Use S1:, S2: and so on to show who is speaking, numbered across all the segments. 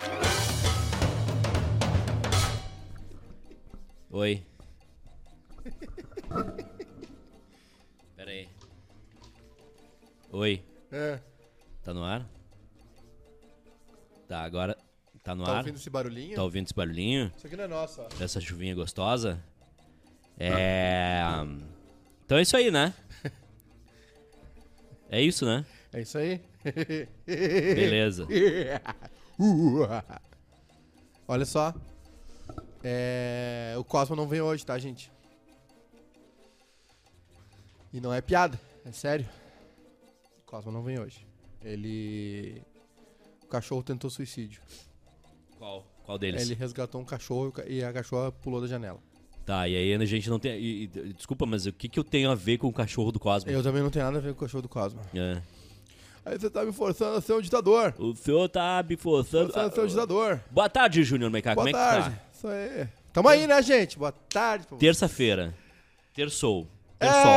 S1: Oi. Pera aí. Oi.
S2: É,
S1: Tá no ar? Tá, agora. Tá no
S2: tá
S1: ar?
S2: ouvindo esse barulhinho?
S1: Tá ouvindo esse barulhinho?
S2: Isso aqui não é nosso, ó.
S1: Dessa chuvinha gostosa? É.
S2: Tá.
S1: Então é isso aí, né? É isso, né?
S2: É isso aí.
S1: Beleza.
S2: Ua. Olha só. É, O Cosmo não vem hoje, tá, gente? E não é piada, é sério. O Cosmo não vem hoje. Ele. O cachorro tentou suicídio.
S1: Qual? Qual deles?
S2: Ele resgatou um cachorro e o ca- e a cachorra pulou da janela.
S1: Tá, e aí a gente não tem. e- e- desculpa, mas o que, que eu tenho a ver com o cachorro do Cosmo?
S2: Eu também não tenho nada a ver com o cachorro do Cosmo.
S1: É.
S2: Aí você tá me forçando a ser um ditador.
S1: O senhor tá me forçando.
S2: Forçando a ser um ditador.
S1: Boa tarde, Júnior Meiká.
S2: Boa
S1: Como Ah, é que
S2: tarde.
S1: tá?
S2: Isso aí. Tamo aí, né, gente? Boa tarde. pra
S1: Terça-feira. Terçou.
S2: É...
S1: Terçol.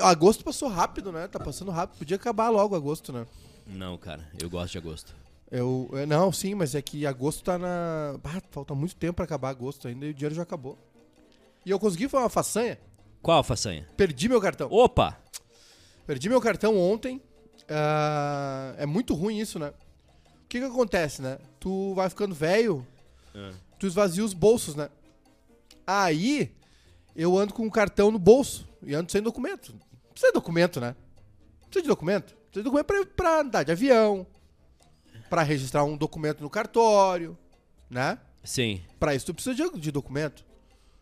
S2: Agosto passou rápido, né? Tá passando rápido. Podia acabar logo agosto, né?
S1: Não, cara, eu gosto de agosto.
S2: Eu... é, Não, sim, mas é que agosto tá na... Bah, falta muito tempo pra acabar agosto ainda e o dinheiro já acabou. E eu consegui fazer uma façanha.
S1: Qual a façanha?
S2: Perdi meu cartão.
S1: Opa!
S2: Perdi meu cartão ontem. Ah, é muito ruim isso, né? O que que acontece, né? Tu vai ficando velho,
S1: É.
S2: tu esvazia os bolsos, né? Aí, eu ando com o cartão no bolso e ando sem documento. Não Precisa de documento, né? Não Precisa de documento. Precisa de documento pra, pra andar de avião, pra registrar um documento no cartório, né?
S1: Sim.
S2: Pra isso tu precisa de, de documento.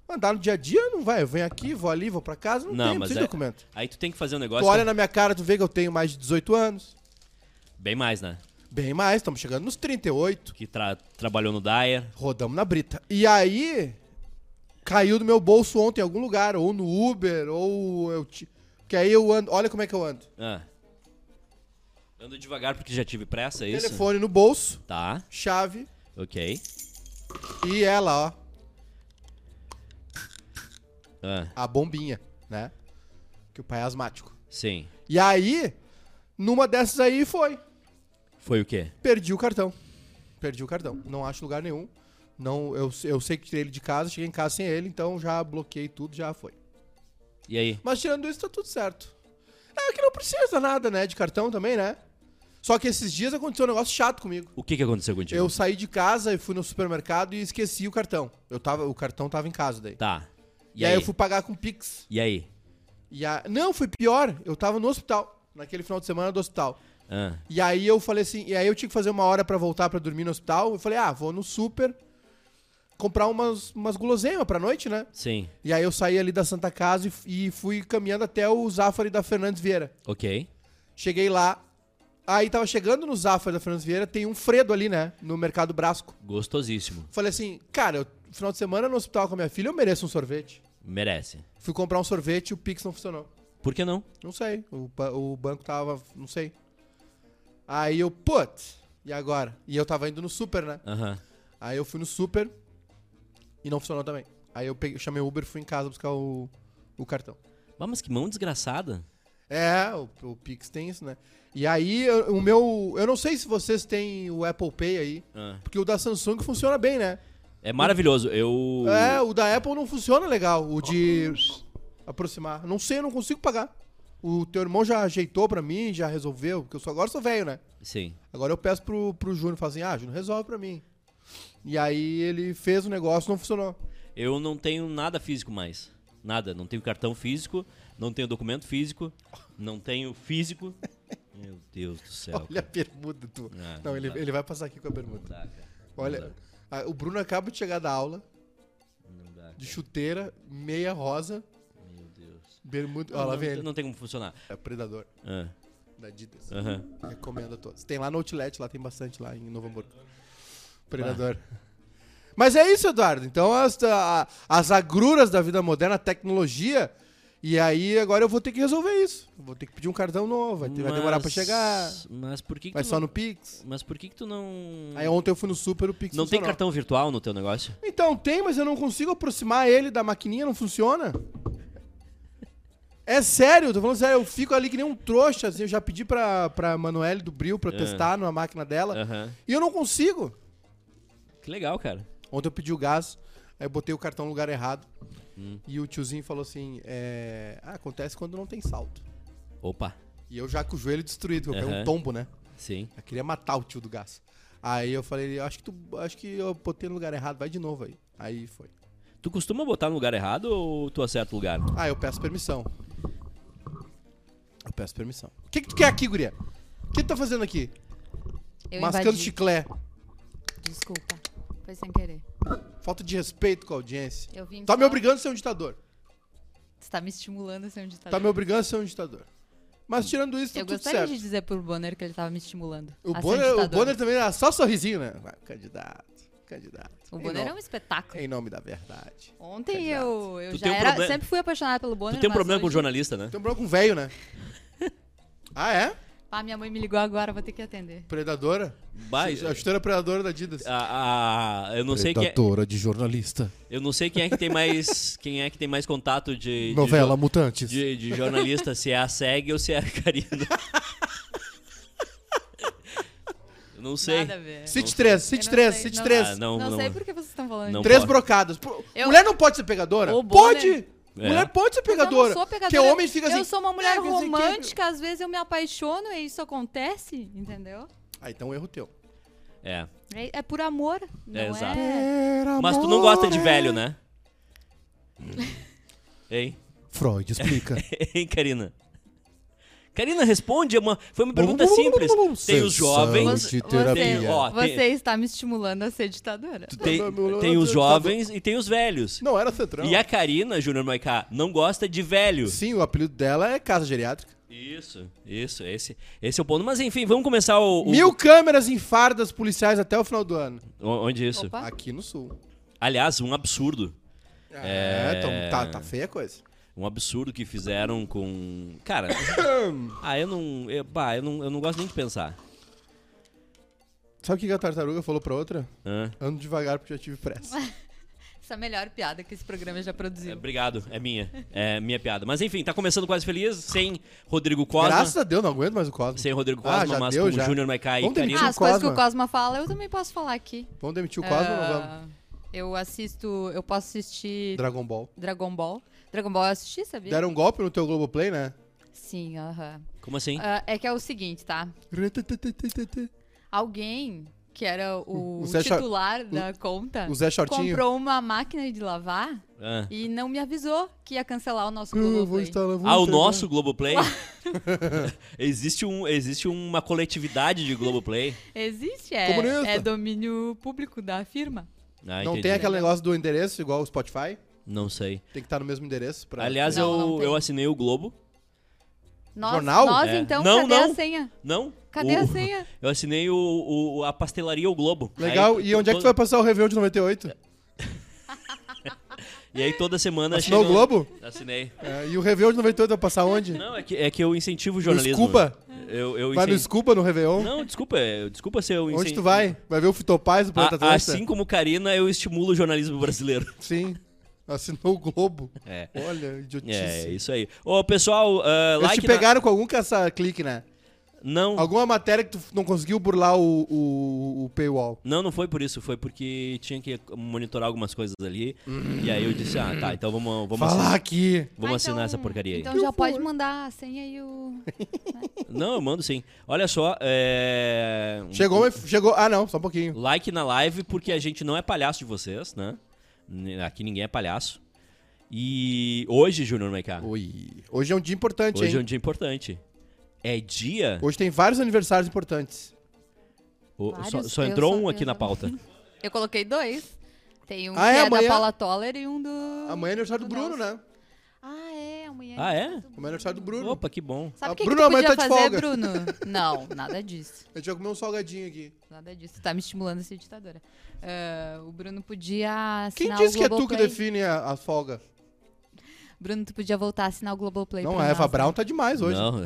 S2: Andar no dia a dia não vai. Eu venho aqui, vou ali, vou pra casa, não,
S1: Não,
S2: tem, não
S1: mas
S2: precisa
S1: é-
S2: de documento.
S1: Aí tu tem que fazer um
S2: Tu
S1: negócio.
S2: olha na minha cara, tu vê que eu tenho mais de 18 anos.
S1: Bem mais, né?
S2: Bem mais, estamos chegando nos 38.
S1: Que tra- trabalhou no Dyer.
S2: Rodamos na brita. E aí, caiu do meu bolso ontem em algum lugar, ou no Uber, ou eu. Ti... Porque aí eu ando. Olha como é que eu ando.
S1: Ah. Ando devagar porque já tive pressa, é isso?
S2: Telefone no bolso,
S1: Tá,
S2: chave
S1: ok.
S2: e ela, ó.
S1: Ah,
S2: A bombinha, né? Que o pai é asmático.
S1: sim.
S2: E aí, numa dessas aí foi.
S1: Foi o quê?
S2: Perdi o cartão. Perdi o cartão. Não acho lugar nenhum. Não, eu, eu sei que tirei ele de casa, cheguei em casa sem ele, então já bloqueei tudo, já foi.
S1: E aí?
S2: Mas tirando isso, tá tudo certo. É que não precisa nada, né? De cartão também, né? Só que esses dias aconteceu um negócio chato comigo.
S1: O que que aconteceu contigo?
S2: Eu saí de casa e fui no supermercado e esqueci o cartão. Eu tava, o cartão tava em casa daí.
S1: Tá.
S2: E,
S1: E,
S2: aí?
S1: aí?
S2: eu fui pagar com Pix.
S1: E aí?
S2: E a... Não, foi pior. Eu tava no hospital. Naquele final de semana do hospital.
S1: Ah,
S2: E aí eu falei assim, e aí eu tinha que fazer uma hora pra voltar pra dormir no hospital. Eu falei, ah, vou no super comprar umas, umas guloseimas pra noite, né?
S1: sim.
S2: E aí eu saí ali da Santa Casa e f- e, fui caminhando até o Zafari da Fernandes Vieira.
S1: Ok.
S2: Cheguei lá. Aí tava chegando no Zafari da Fernandes Vieira, tem um Fredo ali, né? No Mercado Brasco.
S1: Gostosíssimo.
S2: Falei assim, cara, eu, final de semana no hospital com a minha filha, eu mereço um sorvete.
S1: Merece.
S2: Fui comprar um sorvete e o Pix não funcionou.
S1: Por que não?
S2: Não sei. O, ba- o banco tava. Não sei. Aí eu, putz, e agora? E eu tava indo no super, né?
S1: Aham.
S2: Aí eu fui no super e não funcionou também. Aí eu peguei, chamei o Uber e fui em casa buscar o, o cartão.
S1: Ah, mas que mão desgraçada.
S2: É, o, o Pix tem isso, né? E aí, eu- o meu. Eu não sei se vocês têm o Apple Pay aí,
S1: Ah.
S2: porque o da Samsung funciona bem, né?
S1: É maravilhoso. Eu.
S2: É, o da Apple não funciona legal, o de aproximar. Não sei, eu não consigo pagar. O teu irmão já ajeitou pra mim, já resolveu, porque eu só agora sou velho, né?
S1: Sim.
S2: Agora eu peço pro, pro Júnior, falo assim, ah, Júnior, resolve pra mim. E aí ele fez o negócio, não funcionou.
S1: Eu não tenho nada físico mais. Nada. Não tenho cartão físico, não tenho documento físico, não tenho físico. Meu Deus do céu.
S2: Olha a é bermuda tu.
S1: Ah,
S2: não,
S1: não
S2: ele,
S1: dá.
S2: ele vai passar aqui com a bermuda.
S1: Não dá, cara. Não
S2: Olha,
S1: dá.
S2: ah, o Bruno acaba de chegar da aula,
S1: Não dá.
S2: de chuteira, meia rosa,
S1: Meu Deus.
S2: bermuda. Olha
S1: Não,
S2: lá, vem
S1: não,
S2: ele.
S1: não tem como funcionar.
S2: É predador
S1: Ah,
S2: da Adidas.
S1: aham.
S2: Recomendo a todos. Tem lá no Outlet, lá tem bastante lá em Novo Hamburgo. Predador. Mas é isso, Eduardo. Então, as, a- as agruras da vida moderna, a tecnologia. E aí, agora eu vou ter que resolver isso. Vou ter que pedir um cartão novo. Vai, ter- vai demorar pra
S1: Mas-
S2: chegar.
S1: Mas por que, que
S2: Vai
S1: tu
S2: só
S1: não...
S2: no Pix.
S1: Mas por que, que tu não.
S2: Aí ontem eu fui no Super, o Pix
S1: não tem
S2: funcionou.
S1: cartão virtual no teu negócio?
S2: Então, tem, mas eu não consigo aproximar ele da maquininha, não funciona. É sério, tô falando sério, eu fico ali que nem um trouxa, assim, eu já pedi pra, pra Manoel do Bril pra eu
S1: É.
S2: testar na máquina dela,
S1: Aham.
S2: e eu não consigo.
S1: Que legal, cara.
S2: Ontem eu pedi o gás, Aí eu botei o cartão no lugar errado.
S1: Hum.
S2: E o tiozinho falou assim: é, ah, acontece quando não tem salto.
S1: Opa,
S2: E eu já com o joelho destruído, eu peguei
S1: Aham.
S2: um tombo, né?
S1: sim.
S2: Eu queria matar o tio do gás. Aí eu falei, acho que tu, acho que eu botei no lugar errado, vai de novo aí. Aí foi.
S1: Tu costuma botar no lugar errado ou tu acerta o lugar?
S2: Ah, eu peço permissão. Eu peço permissão. O que, que tu quer aqui, guria? O que tu tá fazendo aqui?
S3: Eu
S2: Mascando
S3: invadi.
S2: chiclete.
S3: Desculpa. Foi sem querer.
S2: Falta de respeito com a audiência.
S3: Eu vim
S2: Tá
S3: só-
S2: me obrigando a ser um ditador.
S3: Você tá me estimulando a ser um ditador.
S2: Tá me obrigando a ser um ditador. Mas tirando isso, tá
S3: Eu
S2: tudo
S3: gostaria
S2: certo.
S3: de dizer pro Bonner que ele tava me estimulando.
S2: O
S3: a ser
S2: Bonner, o
S3: ditador.
S2: Bonner também era só sorriso, né? Vai, Candidato, candidato.
S3: O
S2: Em
S3: Bonner é um
S2: nome-
S3: espetáculo.
S2: Em nome da verdade.
S3: Ontem eu, eu
S1: Tu
S3: já
S1: tem um
S3: era,
S1: problema-
S3: sempre fui apaixonada pelo Bonner.
S1: Tu tem um
S3: mas
S1: problema com
S3: hoje-
S1: jornalista, né?
S2: Tem um com um velho, né? ah, é?
S3: Ah, minha mãe me ligou agora, vou ter que atender.
S2: Predadora?
S1: Bah,
S2: A chuteira predadora da Adidas.
S1: a- a- eu não sei quem é,
S2: de jornalista.
S1: eu não sei quem é que tem mais quem é que tem mais contato de de jo-
S2: Mutantes.
S1: de, de jornalista, se é a SEG ou se é a Karina. Eu não sei.
S3: Nada a ver.
S2: Cite 3,
S3: Eu
S2: cite
S3: não
S2: 3,
S3: sei,
S2: cite
S3: não-
S2: 3.
S1: Ah, não,
S3: não,
S1: não.
S3: sei por que vocês estão falando
S1: Não
S3: isso.
S2: Três
S1: pode.
S2: brocadas. Pro-
S3: Eu-
S2: Mulher não pode ser pegadora?
S3: O
S2: Pode!
S3: Bonner-
S1: É.
S2: Mulher pode ser
S3: Mas eu não
S2: pegadora.
S3: sou pegadora.
S2: Porque o homem fica assim.
S3: Eu sou uma mulher
S2: "Ah, quer dizer que-"
S3: romântica, às vezes eu me apaixono e isso acontece, entendeu?
S2: Ah, então erro teu.
S1: É.
S3: É, é por amor, não é?
S1: exato. Mas tu não gosta de velho, né? Hein?
S2: Freud, explica.
S1: Hein, Karina? Karina, responde. é uma- foi uma pergunta simples. Tem os jovens.
S3: Você,
S2: De terapia.
S3: você-
S1: Ó,
S3: você
S1: tem-
S3: está me estimulando a ser ditadora.
S1: Tem, tem os jovens e tem os velhos.
S2: Não, era centrão.
S1: E a Karina, Júnior Maiká, não gosta de velho.
S2: Sim, o apelido dela é casa geriátrica.
S1: Isso, isso, esse, esse é o ponto. Mas enfim, vamos começar o. o-
S2: Mil câmeras em fardas policiais até o final do ano.
S1: o- Onde isso?
S3: Opa.
S2: Aqui no sul.
S1: Aliás, um absurdo.
S2: É, então tá, tá feia a coisa.
S1: Um absurdo que fizeram com. Cara. ah, eu não. Eu, pá, eu não, eu não gosto nem de pensar.
S2: Sabe o que que a tartaruga falou pra outra?
S1: Hã?
S2: Ando devagar porque já tive pressa.
S3: Essa é a melhor piada que esse programa já
S1: É,
S3: produziu.
S1: Obrigado, é minha. É minha piada. Mas enfim, tá começando quase feliz, sem Rodrigo Cosma.
S2: Graças a Deus, não aguento mais o Cosmo.
S1: Sem Rodrigo
S2: Ah,
S1: Cosma,
S2: já
S1: mas
S2: deu,
S1: com
S2: já.
S1: Júnior Maiká e
S2: Vamos demitir
S1: Karina.
S3: Ah,
S2: o
S3: as coisas que o
S2: Cosma.
S3: Cosma fala, eu também posso falar aqui.
S2: Vamos demitir o Cosmo ou não vamos?
S3: Ah, Eu assisto, eu posso assistir
S2: Dragon Ball.
S3: Dragon Ball. Dragon Ball eu assisti, sabia?
S2: Deram um golpe no teu Globoplay, né?
S3: Sim, aham.
S1: Como assim?
S3: Ah, é que é o seguinte, tá? Alguém que era o,
S2: O Zé Cha-
S3: titular da conta
S2: O Zé Shortinho.
S3: É. comprou uma máquina de lavar
S1: Ah.
S3: e não me avisou que ia cancelar o nosso
S2: Eu vou
S3: Globoplay.
S2: instalar, vou
S1: Ah, o
S2: entregar.
S1: nosso Globoplay? existe, um, existe uma coletividade de Globoplay.
S3: Existe, é,
S2: Comunista.
S3: é domínio público da firma.
S1: Ah,
S2: Não
S1: entendi.
S2: tem aquele negócio do endereço igual o Spotify?
S1: Não sei.
S2: Tem que estar no mesmo endereço pra.
S1: Aliás,
S3: Não,
S1: eu,
S3: não tem.
S1: eu assinei o Globo.
S3: Nós,
S2: Jornal?
S3: nós
S1: É.
S3: então,
S1: Não,
S3: cadê
S1: não.
S3: a senha?
S1: Não?
S3: Cadê
S1: o,
S3: a senha?
S1: Eu assinei o, o- a pastelaria O Globo.
S2: Legal.
S1: Aí, É,
S2: e onde é que tu vai passar o Réveillon de 98?
S1: E aí toda semana
S2: Assinou o
S1: chega- um-
S2: Globo?
S1: Assinei.
S2: É, e o Réveillon de 98 vai passar onde?
S1: Não, é que, é que eu incentivo o jornalismo.
S2: Scuba?
S1: Eu, eu
S2: vai no
S1: incen-
S2: Scuba no Réveillon?
S1: Não, desculpa, é- desculpa se eu
S2: onde
S1: incentivo.
S2: tu vai? Vai ver o Fitopaz do
S1: A-
S2: Planeta Atlântica?
S1: assim como Karina, eu estimulo o jornalismo brasileiro.
S2: Sim. Assinou o Globo.
S1: É.
S2: Olha, idiotice.
S1: É, isso aí. Ô, pessoal, ah,
S2: Eles
S1: like.
S2: te
S1: na- Hum.
S2: pegaram com algum caça-clique, né?
S1: Não,
S2: Alguma matéria que tu não conseguiu burlar o, o, o paywall.
S1: não, não foi por isso. Foi porque tinha que monitorar algumas coisas ali.
S2: Hum.
S1: E aí eu disse, ah, tá, então vamos, vamos,
S2: Falar
S1: assinar,
S2: aqui.
S1: vamos
S3: Ah,
S1: assinar
S3: então-
S1: essa porcaria aí.
S3: Então já pode mandar a senha e o...
S1: Não, eu mando sim. Olha só, é...
S2: Chegou, mas chegou. Ah, não, só um pouquinho.
S1: Like na live, porque a gente não é palhaço de vocês, né? N- Aqui ninguém é palhaço. E hoje, Júnior Maiká,
S2: Oi. Hoje é um dia importante,
S1: hoje é um
S2: hein?
S1: dia importante. É dia...
S2: Hoje tem vários aniversários importantes.
S1: o-
S3: Vários,
S1: só, só
S3: eu
S1: entrou
S3: só-
S1: um
S3: eu
S1: aqui na
S3: só-
S1: pauta.
S3: Eu coloquei dois. Tem um
S2: Ah, é,
S3: que é,
S2: amanhã-
S3: da Paula Toller e um do...
S2: Amanhã é aniversário do
S3: do
S2: Bruno,
S3: nosso.
S2: né?
S3: Ah, é, amanhã.
S1: Ah, é?
S3: aniversário do
S2: Amanhã é aniversário do Bruno.
S1: Opa, que bom.
S3: Sabe
S2: Ah,
S3: o que,
S2: Bruno,
S3: que tu
S2: amanhã
S3: podia
S2: tá de
S3: fazer,
S2: folga.
S3: Bruno? Não, nada disso.
S2: A gente vai comer um salgadinho aqui.
S3: Nada disso. Tu tá me estimulando a ser ditadora. Ah, o Bruno podia assinar
S2: Quem
S3: o
S2: disse que é tu que
S3: Globoplay.
S2: define a, a folga?
S3: Bruno, tu podia voltar a assinar o Globoplay
S2: não,
S3: pra
S2: a Eva
S3: nós.
S2: Brown tá demais hoje.
S1: Não,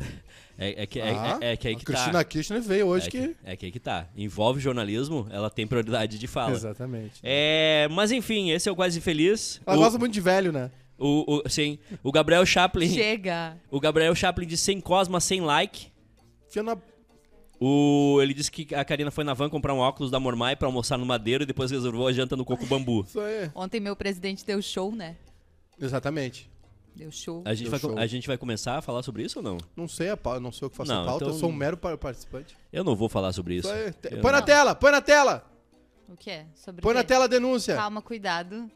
S1: é, é que, é,
S2: Ah,
S1: é- é que aí
S2: a
S1: que
S2: Cristina
S1: tá.
S2: Kirchner veio hoje
S1: É
S2: que...
S1: que, é que aí que tá. Envolve jornalismo, ela tem prioridade de fala.
S2: Exatamente.
S1: É, mas enfim, esse é o Quase Feliz.
S2: Ela
S1: o,
S2: gosta muito de velho, né?
S1: o, o- sim, o Gabriel Chaplin.
S3: Chega.
S1: O Gabriel Chaplin de sem Cosma, sem like.
S2: Fica na...
S1: O, ele disse que a Karina foi na van comprar um óculos da Mormai pra almoçar no Madeiro e depois reservou a janta no Coco Bambu.
S2: Isso aí.
S3: Ontem meu presidente deu show, né?
S2: Exatamente.
S3: Deu show.
S1: A gente,
S2: Deu
S1: vai, co-
S2: show.
S1: a gente vai começar a falar sobre isso ou não?
S2: Não sei a pauta, não sei o que faço
S1: Não,
S2: a pauta,
S1: então-
S2: eu sou um mero par- participante.
S1: Eu não vou falar sobre isso.
S2: Isso aí. Te-
S1: Eu
S2: Põe na
S1: não-
S2: tela, põe na tela!
S3: O que é? Sobre
S2: Põe
S3: o quê?
S2: na tela a denúncia!
S3: Calma, cuidado.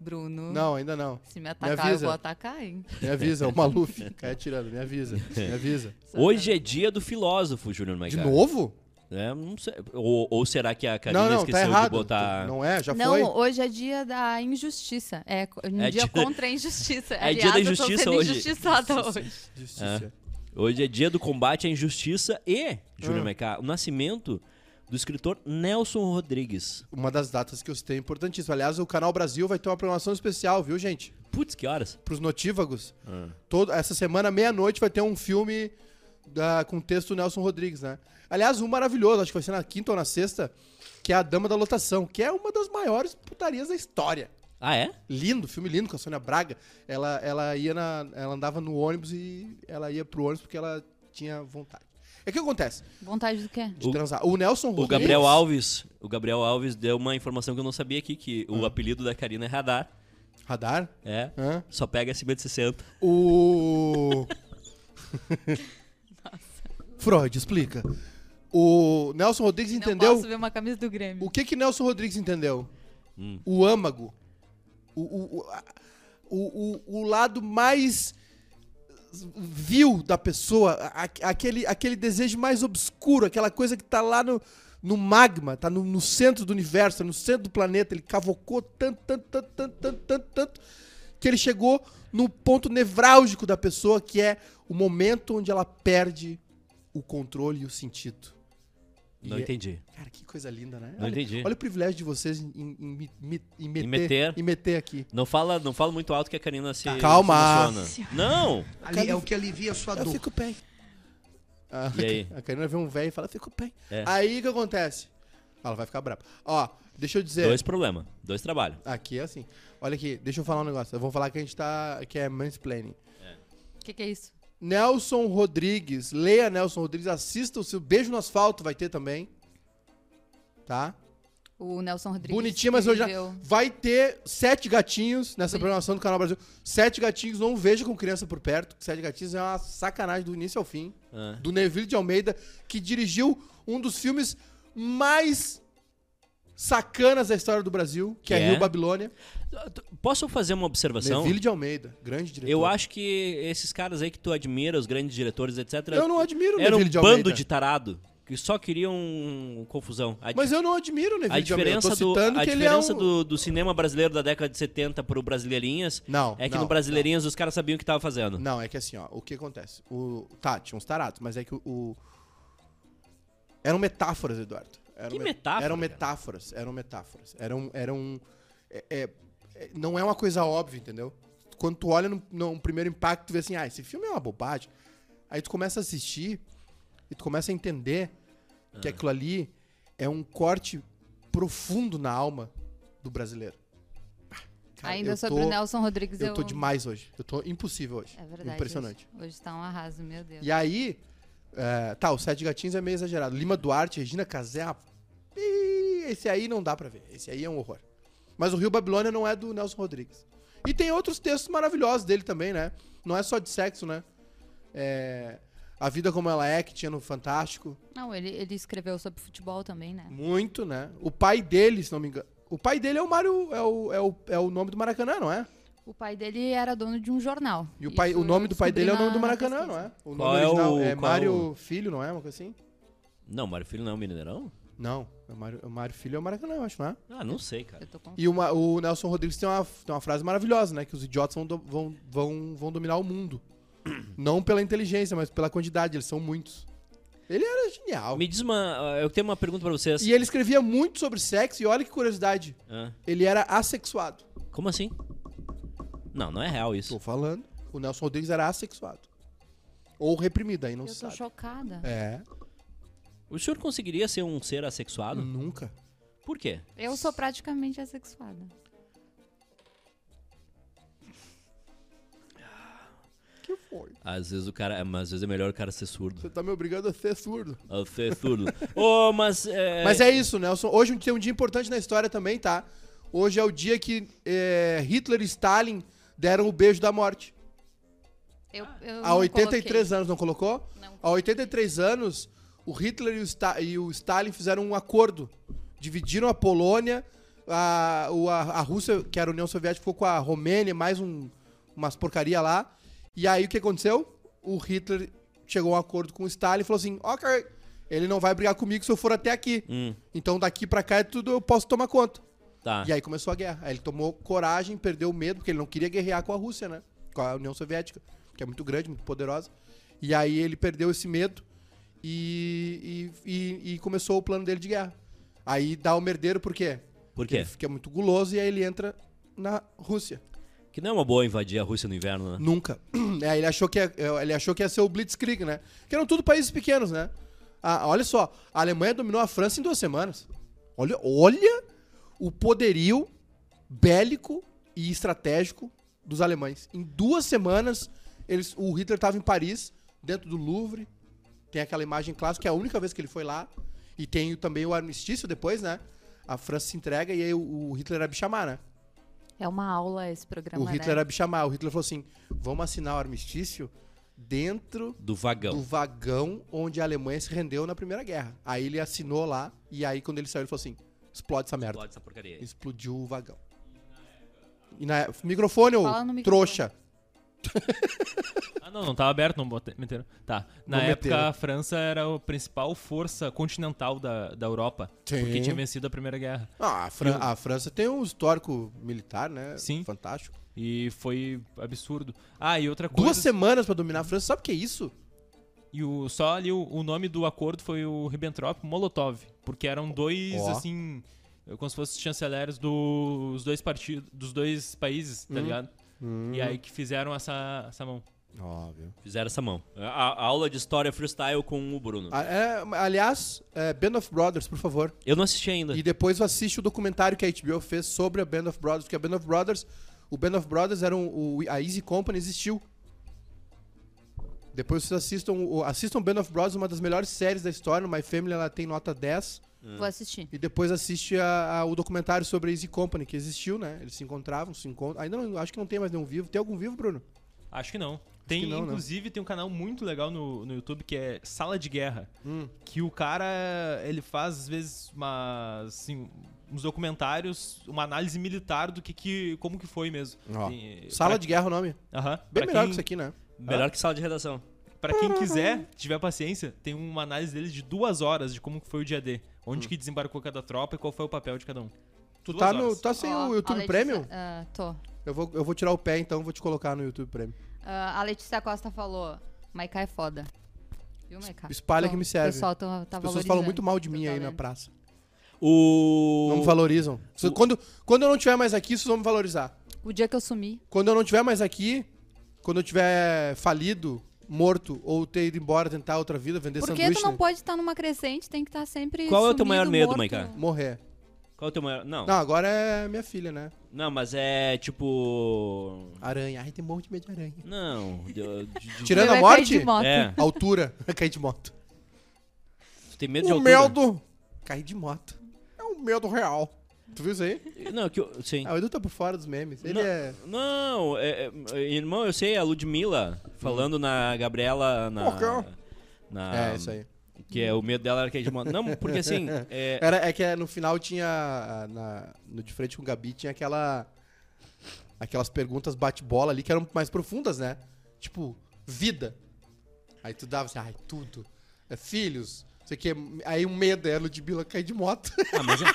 S3: Bruno.
S2: Não, ainda não.
S3: Se me atacar, eu
S2: avisa.
S3: vou atacar, hein?
S2: Me avisa, é o Maluf. Cai atirando, me avisa. Me avisa.
S1: Hoje é dia do filósofo, Júnior
S2: De
S1: Maiká.
S2: novo?
S1: É, não sei. Ou, ou será que a Karina
S2: não, não, tá
S1: esqueceu de
S2: errado.
S1: botar.
S2: Não é, já
S3: Não,
S2: foi.
S3: hoje é dia da injustiça. É co- um
S1: É
S3: dia
S1: dia-
S3: contra a injustiça.
S1: É dia
S3: Aliás,
S1: da
S3: eu
S1: injustiça
S3: tô sendo
S1: hoje.
S3: injustiçada hoje.
S2: Justiça.
S1: Hoje é dia do combate à injustiça e, Júnior
S2: Ah.
S1: Maiká, o nascimento do escritor Nelson Rodrigues.
S2: Uma das datas que eu citei é importantíssima. Aliás, o Canal Brasil vai ter uma programação especial, viu, gente?
S1: Putz, que horas?
S2: Pros notívagos.
S1: Ah.
S2: Todo, essa semana, meia-noite, vai ter um filme da, com texto do Nelson Rodrigues, né? Aliás, um maravilhoso, acho que vai ser na quinta ou na sexta, que é A Dama da Lotação, que é uma das maiores putarias da história.
S1: Ah, é?
S2: Lindo, filme lindo com a Sônia Braga. Ela, ela ia na. Ela andava no ônibus e ela ia pro ônibus porque ela tinha vontade. É o que acontece?
S3: Vontade do quê?
S2: De
S1: O-
S2: transar. O Nelson
S1: O
S2: Rodrigues.
S1: Gabriel Alves. O Gabriel Alves deu uma informação que eu não sabia aqui, que o
S2: Ah.
S1: apelido da Karina é radar.
S2: Radar?
S1: É.
S2: Hã?
S1: Só pega acima de 60.
S2: O. Freud, explica. O Nelson Rodrigues entendeu.
S3: Não posso ver uma camisa do Grêmio.
S2: O que que Nelson Rodrigues entendeu?
S1: Hum.
S2: O âmago. O, o, o, a- o, o- o lado mais vil da pessoa. a- a- aquele, aquele desejo mais obscuro, aquela coisa que tá lá no, no magma, tá no, no centro do universo, tá no centro do planeta. Ele cavocou tanto, tanto, tanto, tanto, tanto, tanto, tanto, que ele chegou no ponto nevrálgico da pessoa, que é o momento onde ela perde o controle e o sentido.
S1: Não
S2: E é-
S1: entendi.
S2: Cara, que coisa linda, né?
S1: Não
S2: olha,
S1: entendi.
S2: Olha o privilégio de vocês em, em- em me- me- em meter,
S1: meter.
S2: em meter aqui.
S1: Não fala, não fala muito alto que a Karina se.
S2: Tá, Calma.
S1: se emociona. Não!
S4: Ali é o que alivia a sua
S2: Eu
S4: dor.
S2: fico bem. Ah,
S1: E aí?
S2: A Karina vê um velho e fala, eu fico bem.
S1: É.
S2: Aí o que acontece? Ela vai ficar brava. Ó, deixa eu dizer.
S1: Dois problemas. Dois trabalhos.
S2: Aqui é assim. Olha aqui, deixa eu falar um negócio. Vamos falar que a gente tá. que é mansplaining.
S3: O que, que é isso?
S2: Nelson Rodrigues, leia Nelson Rodrigues, assista o seu Beijo no Asfalto, vai ter também. Tá?
S3: O Nelson Rodrigues.
S2: Bonitinha, mas eu já.
S3: escreveu-
S2: Vai ter sete gatinhos nessa programação do Canal Brasil. Sete gatinhos, não veja com criança por perto. Sete gatinhos é uma sacanagem do início ao fim.
S1: Ah.
S2: Do Neville de Almeida, que dirigiu um dos filmes mais sacanas da história do Brasil, que
S1: Que
S2: é,
S1: é?
S2: Rio Babilônia.
S1: Posso fazer uma observação?
S2: Neville de Almeida, grande diretor.
S1: Eu acho que esses caras aí que tu admira, os grandes diretores, etc.
S2: Eu não admiro o
S1: Era um
S2: Neville de Almeida.
S1: bando de tarado que só queriam um confusão. A,
S2: Mas eu não admiro o Neville
S1: a
S2: de Almeida. Eu tô
S1: diferença, do,
S2: citando
S1: a
S2: que ele é um...
S1: diferença do, do cinema brasileiro da década de 70 pro Brasileirinhas
S2: Não,
S1: é que
S2: não,
S1: no Brasileirinhas os caras sabiam o que estavam fazendo.
S2: Não, é que assim, ó, o que acontece? O. Tá, tinha uns tarados, mas é que o. o- Eram metáforas, Eduardo. Eram
S1: Que
S2: me-
S1: metáfora,
S2: Eram
S1: cara?
S2: metáforas, eram metáforas. Eram. eram é- é- é- não é uma coisa óbvia, entendeu? Quando tu olha no, no primeiro impacto, tu vê assim, ah, esse filme é uma bobagem. Aí tu começa a assistir e tu começa a entender
S1: Ah.
S2: que aquilo ali é um corte profundo na alma do brasileiro. Ah, cara,
S3: Ainda
S2: eu
S3: sobre
S2: tô-
S3: o Nelson Rodrigues, eu.
S2: Eu tô demais hoje. Eu tô impossível hoje.
S3: um É verdade.
S2: Impressionante.
S3: Hoje, hoje tá um arraso, meu Deus.
S2: E aí, é, tá, o Sete Gatinhos é meio exagerado. Lima Duarte, Regina Casé, ah, ih, esse aí não dá pra ver. Esse aí é um horror. Mas o Rio Babilônia não é do Nelson Rodrigues. E tem outros textos maravilhosos dele também, né? Não é só de sexo, né? É, A Vida Como Ela É, que tinha no Fantástico.
S3: Não, ele, ele escreveu sobre futebol também, né?
S2: Muito, né? O pai dele, se não me engano. O pai dele é o Mário. É o, é o, é o nome do Maracanã, não é?
S3: O pai dele era dono de um jornal.
S2: E o, pai,
S3: Isso
S2: o nome do
S3: eu
S2: pai dele é o nome
S3: descobri
S2: do
S3: na- na
S2: Maracanã, não
S3: pesquisa.
S2: é? O
S1: Qual
S2: nome
S1: é
S2: original
S1: o- qual
S2: é
S1: é o-
S2: Mário Filho, não é? Uma coisa assim?
S1: Não, Mário Filho não é um mineirão?
S2: Não, é o Mário, é o Mário Filho é o Maracanã, eu acho, não é?
S1: Ah, não sei, cara.
S3: Eu tô com...
S2: E uma- o Nelson Rodrigues tem uma, tem uma frase maravilhosa, né? Que os idiotas vão, do- vão, vão, vão dominar o mundo. Não pela inteligência, mas pela quantidade, eles são muitos. Ele era genial.
S1: Me diz uma. ah, Eu tenho uma pergunta pra vocês.
S2: E ele escrevia muito sobre sexo, e olha que curiosidade,
S1: Ah,
S2: ele era assexuado.
S1: como assim? Não, não é real
S2: Tô
S1: isso.
S2: falando, o Nelson Rodrigues era assexuado. Ou reprimido, aí não
S3: Eu
S2: se
S3: tô
S2: sabe.
S3: chocada.
S2: É,
S1: O senhor conseguiria ser um ser assexuado?
S2: nunca.
S1: Por quê?
S3: Eu sou praticamente assexuada.
S2: que foi?
S1: Às vezes o cara. Mas às vezes é melhor o cara ser surdo.
S2: Você tá me obrigando a ser surdo.
S1: A ser surdo. Ô, mas. É...
S2: Mas é isso, Nelson. Hoje é um dia- um dia importante na história também, tá? Hoje é o dia que é, Hitler e Stalin deram o beijo da morte.
S3: Eu,
S1: Ah.
S3: eu
S2: Há
S3: não
S2: 83
S3: coloquei.
S2: anos, não colocou?
S3: Não.
S2: Há 83 anos, o Hitler e o, Sta- e o Stalin fizeram um acordo. Dividiram a Polônia, a, o- a, a Rússia, que era a União Soviética, ficou com a Romênia, mais um, umas porcaria lá. E aí o que aconteceu? O Hitler chegou a um acordo com o Stalin e falou assim: Ok, ele não vai brigar comigo se eu for até aqui.
S1: Hum,
S2: Então daqui pra cá é tudo, eu posso tomar conta.
S1: tá.
S2: E aí começou a guerra. Aí ele tomou coragem, perdeu o medo, porque ele não queria guerrear com a Rússia, né? Com a União Soviética, que é muito grande, muito poderosa. E aí ele perdeu esse medo e, e, e- e começou o plano dele de guerra. Aí dá o merdeiro por quê?
S1: Por
S2: Porque
S1: quê?
S2: ele fica muito guloso e aí ele entra na Rússia.
S1: Que não é uma boa invadir a Rússia no inverno, né?
S2: Nunca. É, ele, achou que ia, ele achou que ia ser o Blitzkrieg, né? Que eram tudo países pequenos, né? Ah, olha só, a Alemanha dominou a França em duas semanas. Olha, olha o poderio bélico e estratégico dos alemães. Em duas semanas, eles, o Hitler estava em Paris, dentro do Louvre. Tem aquela imagem clássica, que é a única vez que ele foi lá. E tem o- também o armistício depois, né? A França se entrega e aí o, o Hitler vai chamar, né?
S3: É uma aula esse programa,
S2: O Hitler
S3: né?
S2: ia me chamar. O Hitler falou assim: vamos assinar o armistício dentro
S1: Do vagão.
S2: do vagão onde a Alemanha se rendeu na Primeira Guerra. Aí ele assinou lá, e aí quando ele saiu, ele falou assim: explode essa merda.
S1: Explode essa porcaria aí.
S2: Explodiu o vagão. E na época- Microfone, ô
S3: Fala no microfone.
S2: trouxa.
S4: Ah, não, não tava aberto, não bota- meteram. Tá. Na
S2: Não
S4: época,
S2: meteram.
S4: a França era a principal força continental da, da Europa.
S2: Sim.
S4: Porque tinha vencido a Primeira Guerra.
S2: Ah, a, Fran- a França tem um histórico militar, né?
S4: Sim.
S2: Fantástico.
S4: E foi absurdo. Ah, e outra coisa.
S2: Duas semanas pra dominar a França, sabe o que é isso?
S4: E o, só ali o, o nome do acordo foi o Ribbentrop-Molotov. Porque eram dois,
S2: Ó.
S4: assim. Como se fossem chanceleres dos dois partidos, dos dois países,
S2: Hum.
S4: tá ligado? E aí que fizeram essa, essa mão.
S2: Óbvio.
S1: Fizeram essa mão. A, a aula de história freestyle com o Bruno.
S2: Ah. aliás, é, Band of Brothers, por favor.
S1: Eu não assisti ainda.
S2: E depois assiste o documentário que a HBO fez sobre a Band of Brothers, porque a Band of Brothers, o Band of Brothers era um, o- a Easy Company existiu. Depois vocês assistam, o- assistam Band of Brothers, uma das melhores séries da história, no My Family ela tem nota 10.
S1: Hum.
S3: Vou assistir.
S2: E depois assiste a- a- o documentário sobre a Easy Company, que existiu, né? Eles se encontravam, se encontram. Ainda não, acho que não tem mais nenhum vivo. Tem algum vivo, Bruno?
S4: Acho que não. Tem,
S2: que não, né?
S4: inclusive, tem um canal muito legal no, no YouTube que é Sala de Guerra.
S2: Hum.
S4: Que o cara, ele faz, às vezes, uma, assim, uns documentários, uma análise militar do que, que como que foi mesmo.
S2: Ó.
S4: Tem- eh,
S2: Sala
S4: pra-
S2: de Guerra é o nome.
S4: Aham.
S2: Bem
S4: pra
S2: melhor
S4: quem-
S2: que isso aqui, né?
S1: Melhor que sala de redação.
S4: Pra quem quiser, tiver paciência, tem uma análise dele de duas horas de como que foi o dia D. Onde que desembarcou cada tropa e qual foi o papel de cada um.
S2: Hum. Tu
S4: Duas
S2: tá, no,
S4: horas.
S2: tá sem
S3: Ó,
S2: o
S3: a
S2: YouTube
S3: Letícia-
S2: Premium?
S3: Ah, tô.
S2: Eu vou, eu vou tirar o pé, então, vou te colocar no YouTube Premium.
S3: Ah, a Letícia Costa falou, Maiká é foda. Viu, Maiká?
S2: Espalha que me serve.
S3: O pessoal tá, tá
S2: As pessoas falam muito mal de mim aí né? na
S3: praia.
S2: praça.
S1: O.
S2: Não me valorizam. Se-
S1: o-
S2: Quando, quando eu não tiver mais aqui, vocês vão me valorizar.
S3: O dia que eu sumi,
S2: Quando eu não tiver mais aqui, quando eu tiver falido, morto, ou ter ido embora, tentar outra vida, vender
S3: Porque
S2: sanduíche,
S3: tu não
S2: né?
S3: pode estar numa crescente, tem que estar sempre.
S1: Qual é o teu
S3: sumido,
S1: maior medo,
S3: morto.
S1: Maiká?
S2: morrer.
S1: Qual é o teu maior. Não.
S2: Não, agora é minha filha, né?
S1: Não, mas é tipo.
S2: Aranha. Ai, tem um monte de medo de aranha.
S1: Não. de- de- de-
S2: Tirando a
S3: Vai cair
S2: morte,
S3: de moto.
S1: É.
S2: altura, cair de moto.
S1: Tu tem medo de
S2: o
S1: altura?
S2: medo, cair de moto. É um medo real. Tu viu isso aí?
S1: Não, que eu, sim.
S2: Ah, o Edu tá por fora dos memes. Ele
S1: Não.
S2: é...
S1: Não, é- é- irmão, eu sei, a Ludmilla falando na Gabriela na.
S2: Ok.
S1: na-
S2: um- é, isso aí.
S1: Que é o medo dela era que a gente manda. Não, porque assim. é-
S2: Era, é que é, no final tinha. ah, na- no de frente com o Gabi tinha aquela. Aquelas perguntas bate-bola ali que eram mais profundas, né? Tipo, vida. Aí tu dava assim, ai, tudo. É, filhos. não Sei o que, aí o medo era o de Bila cair de moto.
S1: Ah, mas é-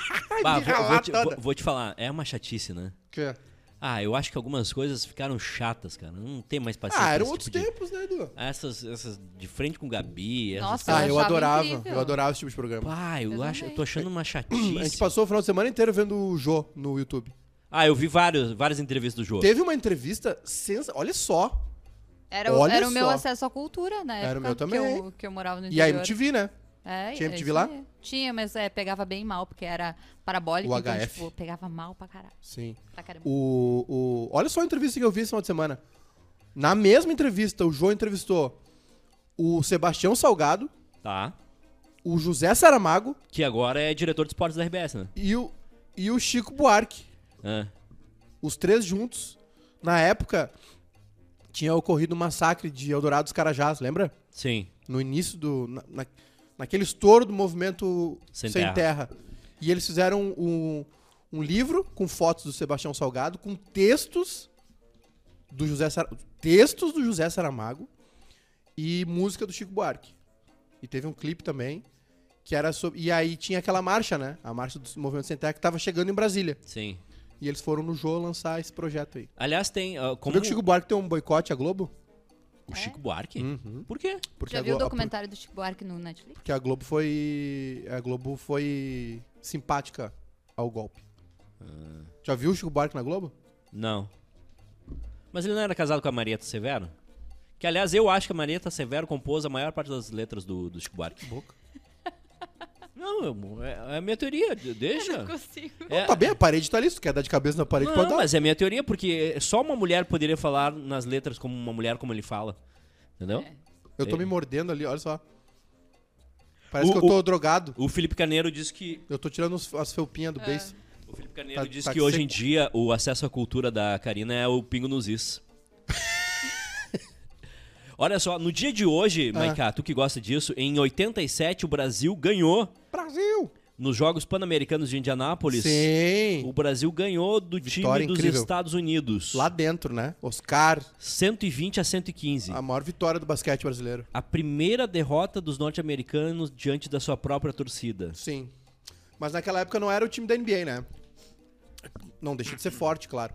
S1: Bah,
S2: Me
S1: vou, vou
S2: ralar
S1: te,
S2: toda.
S1: vou- vou te falar, é uma chatice, né?
S3: é.
S2: Que-
S1: Ah, eu acho que algumas coisas ficaram chatas, cara. Não tem mais paciência.
S2: ah,
S1: pra
S2: eram
S1: esse
S2: outros
S1: tipo de-
S2: tempos, né, Edu?
S1: Essas, essas de frente com o Gabi. Essas...
S3: Nossa,
S2: Ah, eu
S3: achava
S2: adorava.
S3: incrível.
S2: Eu adorava esse tipo de programa.
S1: Ah, eu,
S3: Eu
S1: acho, eu
S3: também.
S1: tô achando uma
S2: A gente
S1: chatice.
S2: passou o final de semana inteiro vendo o Jô no YouTube.
S1: Ah, eu vi vários, várias entrevistas do jogo.
S2: Teve uma entrevista sensacional. Olha só.
S3: Era, o,
S2: Olha
S3: era o meu
S2: só.
S3: acesso à cultura, né?
S2: Era o meu também.
S3: Que eu, que eu morava no
S2: E aí
S3: interior.
S2: MTV, né?
S3: É,
S2: Tinha
S3: é
S2: MTV
S3: isso
S2: lá?
S3: aí. Tinha, mas é, pegava bem mal, porque era parabólico.
S2: O
S3: Então,
S2: HF.
S3: tipo, pegava mal pra caralho.
S2: Sim.
S3: Pra caramba.
S2: O, o- olha só a entrevista que eu vi esse final de semana. Na mesma entrevista, o João entrevistou o Sebastião Salgado,
S1: Tá.
S2: o José Saramago
S1: Que agora é diretor de esportes da RBS, né?
S2: e o, e o Chico Buarque.
S1: É.
S2: Os três juntos. Na época, tinha ocorrido o massacre de Eldorado dos Carajás, lembra?
S1: Sim.
S2: no início do. Na, na- naquele estouro do movimento
S1: Sem
S2: Sem,
S1: terra.
S2: terra. E eles fizeram um, um livro com fotos do Sebastião Salgado, com textos do José Sar... textos do José Saramago e música do Chico Buarque. E teve um clipe também, que era sobre. E aí tinha aquela marcha, né? A marcha do Movimento Sem Terra que tava chegando em Brasília.
S1: Sim.
S2: E eles foram no Jô lançar esse projeto aí.
S1: Aliás, tem. ah,
S2: Como
S1: como
S2: Viu que o Chico Buarque tem um boicote à Globo?
S1: O Chico Buarque?
S2: Uhum.
S1: Por quê?
S2: Porque
S3: Já
S2: a
S3: viu o
S2: Glo- a-
S3: documentário do Chico Buarque no Netflix?
S2: Porque a Globo foi. A Globo foi simpática ao golpe.
S1: Ah.
S2: Já viu o Chico Buarque na Globo?
S1: Não. Mas ele não era casado com a Marieta Severo? Que, aliás, eu acho que a Marieta Severo compôs a maior parte das letras do, do Chico Buarque.
S2: Boca.
S1: Não, eu- é, é a minha teoria. de- Deixa.
S3: consigo.
S1: É,
S2: Tá bem, a parede tá ali. Se tu quer dar de cabeça na parede, pode
S1: não,
S2: dar.
S1: mas é a minha teoria, porque só uma mulher poderia falar nas letras como uma mulher, como ele fala. Entendeu?
S2: Eu tô me mordendo ali, olha só. Parece
S1: é. O-
S2: que eu tô drogado.
S1: O Felipe Carneiro diz que
S2: Eu tô tirando os- as felpinhas do beijo.
S1: O Felipe Carneiro
S2: Tá-
S1: diz
S2: tá
S1: que hoje em
S2: seco.
S1: dia o acesso à cultura da Karina é o pingo nos is. Olha só, no dia de hoje,
S2: Ah.
S1: Maiká, tu que gosta disso, em 87 o Brasil ganhou
S2: Brasil!
S1: nos Jogos Pan-Americanos de Indianápolis.
S2: Sim!
S1: O Brasil ganhou do
S2: Vitória
S1: time dos
S2: incrível.
S1: Estados Unidos.
S2: Lá dentro, né? Oscar,
S1: 120 a 115.
S2: a maior vitória do basquete brasileiro.
S1: A primeira derrota dos norte-americanos diante da sua própria torcida.
S2: Sim. Mas naquela época não era o time da NBA, né? Não deixa de ser forte, claro.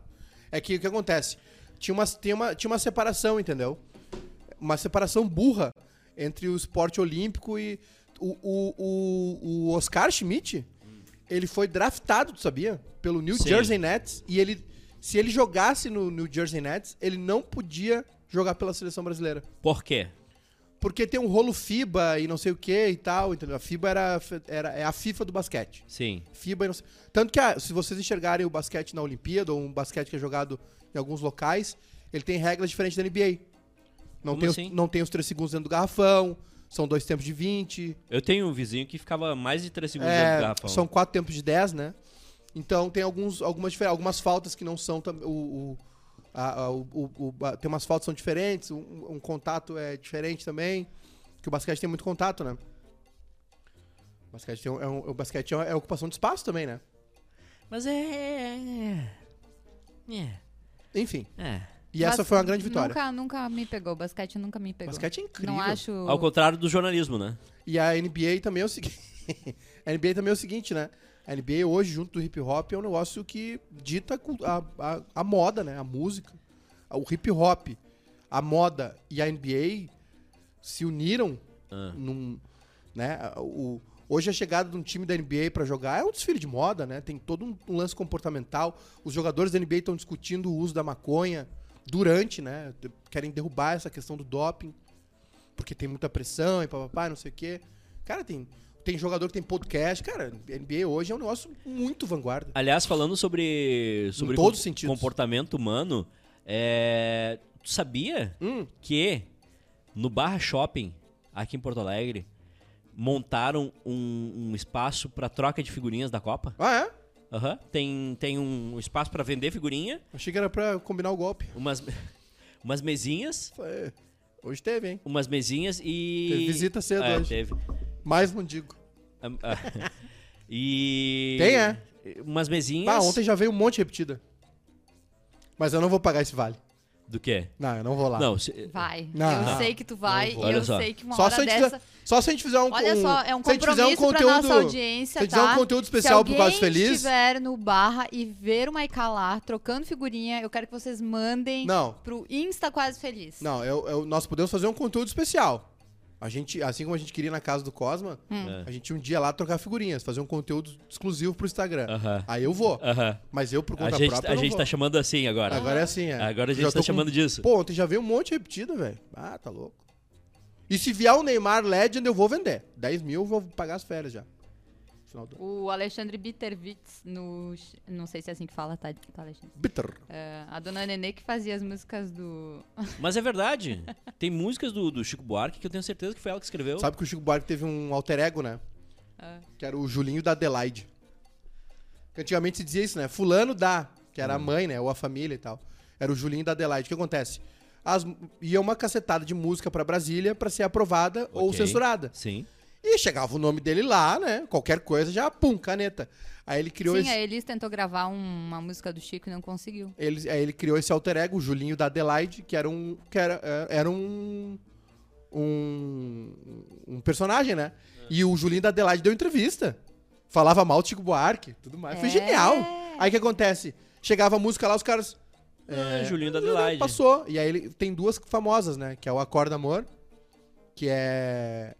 S2: É que o que acontece? Tinha uma, tinha uma, tinha uma separação, entendeu? Uma separação burra entre o esporte olímpico e. O, o, o, o Oscar Schmidt, ele foi draftado, tu sabia? Pelo New
S1: Sim.
S2: Jersey Nets. E ele. Se ele jogasse no New Jersey Nets, ele não podia jogar pela seleção brasileira.
S1: Por quê?
S2: Porque tem um rolo FIBA e não sei o que e tal, entendeu? A FIBA era, era, é a FIFA do basquete.
S1: Sim.
S2: FIBA e não sei. Tanto que ah, se vocês enxergarem o basquete na Olimpíada, ou um basquete que é jogado em alguns locais, ele tem regras diferentes da NBA. Não,
S1: Como
S2: tem,
S1: assim?
S2: os, não tem os 3 segundos dentro do garrafão, são dois tempos de 20.
S1: Eu tenho um vizinho que ficava mais de 3 segundos dentro
S2: é,
S1: do garrafão.
S2: são quatro tempos de 10, né? Então tem alguns, algumas, difer- algumas faltas que não são tam- o, o, a- a- o- o- o ba- Tem umas faltas que são diferentes, um, um contato é diferente também. Porque o basquete tem muito contato, né? O basquete, tem um- é um- o basquete é uma- é ocupação de espaço também, né?
S1: Mas é. É. é,
S2: Enfim.
S1: é.
S2: E essa
S3: Mas
S2: foi uma grande vitória.
S3: Nunca, nunca me pegou. Basquete nunca me pegou.
S2: Basquete é incrível.
S3: Não acho.
S1: Ao contrário do jornalismo, né?
S2: E a NBA também é o seguinte. a NBA também é o seguinte, né? A NBA hoje, junto do hip hop, é um negócio que dita a cul- a, a, a moda, né? A música. O hip hop, a moda e a NBA se uniram
S1: Ah.
S2: num. Né? O, hoje a chegada de um time da NBA pra jogar é um desfile de moda, né? Tem todo um, um lance comportamental. Os jogadores da NBA estão discutindo o uso da maconha durante, né? De- Querem derrubar essa questão do doping, porque tem muita pressão e papapá, não sei o quê. Cara, tem, tem jogador que tem podcast. Cara, NBA hoje é um negócio muito vanguarda.
S1: Aliás, falando sobre. sobre
S2: todos os sentidos.
S1: comportamento humano, é, tu sabia
S2: Hum,
S1: que no Barra Shopping, aqui em Porto Alegre, montaram um, um espaço pra troca de figurinhas da Copa?
S2: Ah, é?
S1: Aham. Tem, tem um espaço pra vender figurinha,
S2: Achei que era pra combinar o golpe.
S1: umas, umas mesinhas.
S2: Foi- Hoje teve, hein?
S1: Umas mesinhas e.
S2: Teve visita cedo
S1: é,
S2: hoje.
S1: teve.
S2: Mais mendigo.
S1: Am- ah. e.
S2: Tem, é.
S1: Umas mesinhas.
S2: Ah, ontem já veio um monte repetida. Mas eu não vou pagar esse vale.
S1: Do quê?
S2: Não, eu não vou lá.
S1: Não, se-
S3: Vai.
S2: Não.
S3: eu
S2: Não.
S3: sei que tu vai
S1: Não
S3: e
S1: vou. Olha
S3: eu
S1: só.
S3: sei que uma
S2: Só
S3: hora
S2: se, a gente
S3: dessa.
S2: fizer, só se a gente fizer um
S3: Olha só, é um
S2: se a gente fizer um
S3: compromisso pra nossa
S2: se
S3: audiência,
S2: a gente
S3: tá?
S2: fizer um conteúdo especial pro Quase
S3: Se alguém
S2: Feliz.
S3: estiver no Barra e ver o Maiká lá trocando figurinha, eu quero que vocês mandem
S2: Não,
S3: pro Insta Quase Feliz.
S2: não, eu- eu- nós podemos fazer um conteúdo especial. A gente, assim como a gente queria na casa do Cosma,
S1: Hum.
S2: a gente um dia lá trocar figurinhas, fazer um conteúdo exclusivo pro Instagram.
S1: Aham.
S2: Aí eu vou.
S1: Aham.
S2: Mas eu, por
S1: A
S2: conta
S1: gente,
S2: própria,
S1: a
S2: não
S1: gente
S2: vou.
S1: tá chamando assim agora.
S2: Agora é assim, é.
S1: Agora a gente
S2: Já
S1: tá
S2: tô com-
S1: chamando disso.
S2: Pô, ontem já veio um monte repetida, velho. Ah, tá louco. E se vier o Neymar Legend, eu vou vender. 10 mil, eu vou pagar as férias já. final do ano.
S3: O Alexandre Bitterwitz, no. Não sei se é assim que fala, tá, tá, Alexandre?
S2: Bitter.
S3: É, a dona Nenê que fazia as músicas do.
S1: Mas é verdade. Tem músicas do, do Chico Buarque que eu tenho certeza que foi ela que escreveu.
S2: Sabe que o Chico Buarque teve um alter ego, né?
S3: Ah.
S2: Que era o Julinho da Adelaide. Que antigamente se dizia isso, né? Fulano da, que
S3: Hum.
S2: era a mãe, né? Ou a família e tal. Era o Julinho da Adelaide. O que acontece? As, ia uma cacetada de música pra Brasília pra ser aprovada ou
S1: Ok.
S2: censurada.
S1: Sim.
S2: E chegava o nome dele lá, né? Qualquer coisa, já pum, caneta. Aí ele criou
S3: Sim,
S2: esse.
S3: a Elis tentou gravar um- uma música do Chico e não conseguiu.
S2: Ele, aí ele criou esse alter ego, o Julinho da Adelaide, que era um. Que era, é, era um, um. um personagem, né? E o Julinho da Adelaide deu entrevista. Falava mal de Chico Buarque, tudo mais. Foi
S3: É.
S2: genial. Aí o que acontece? Chegava a música lá, os caras. É,
S1: Ah, Julinho da Adelaide.
S2: Passou. E aí ele tem duas famosas, né? Que é o Acorda Amor, que é.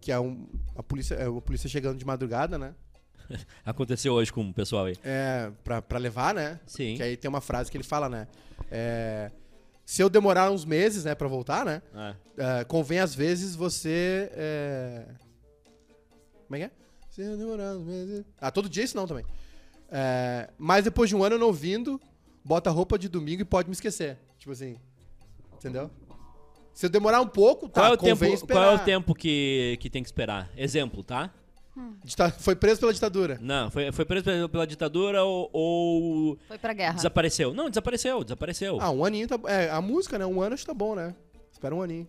S2: Que é um. A polícia, é a polícia chegando de madrugada, né?
S1: Aconteceu hoje com o pessoal aí.
S2: É, pra, pra levar, né?
S1: Sim.
S2: Que aí tem uma frase que ele fala, né? É, se eu demorar uns meses, né, pra voltar, né?
S1: Ah,
S2: é, convém às vezes você. é, Como é que é? Se eu demorar uns meses. Ah, todo dia isso não também. É, mas depois de um ano eu não vindo, bota roupa de domingo e pode me esquecer. Tipo assim. Entendeu? Se eu demorar um pouco, tá,
S1: qual, é o
S2: convém
S1: tempo,
S2: esperar.
S1: qual é o tempo que, que tem que esperar? Exemplo, tá?
S2: Dita- Foi preso pela ditadura.
S1: Não, foi, foi preso pela- pela ditadura ou, ou
S3: Foi pra guerra.
S1: desapareceu? Não, desapareceu, desapareceu.
S2: Ah, um aninho tá. É, a música, né? Um ano acho que tá bom, né? Espera um aninho.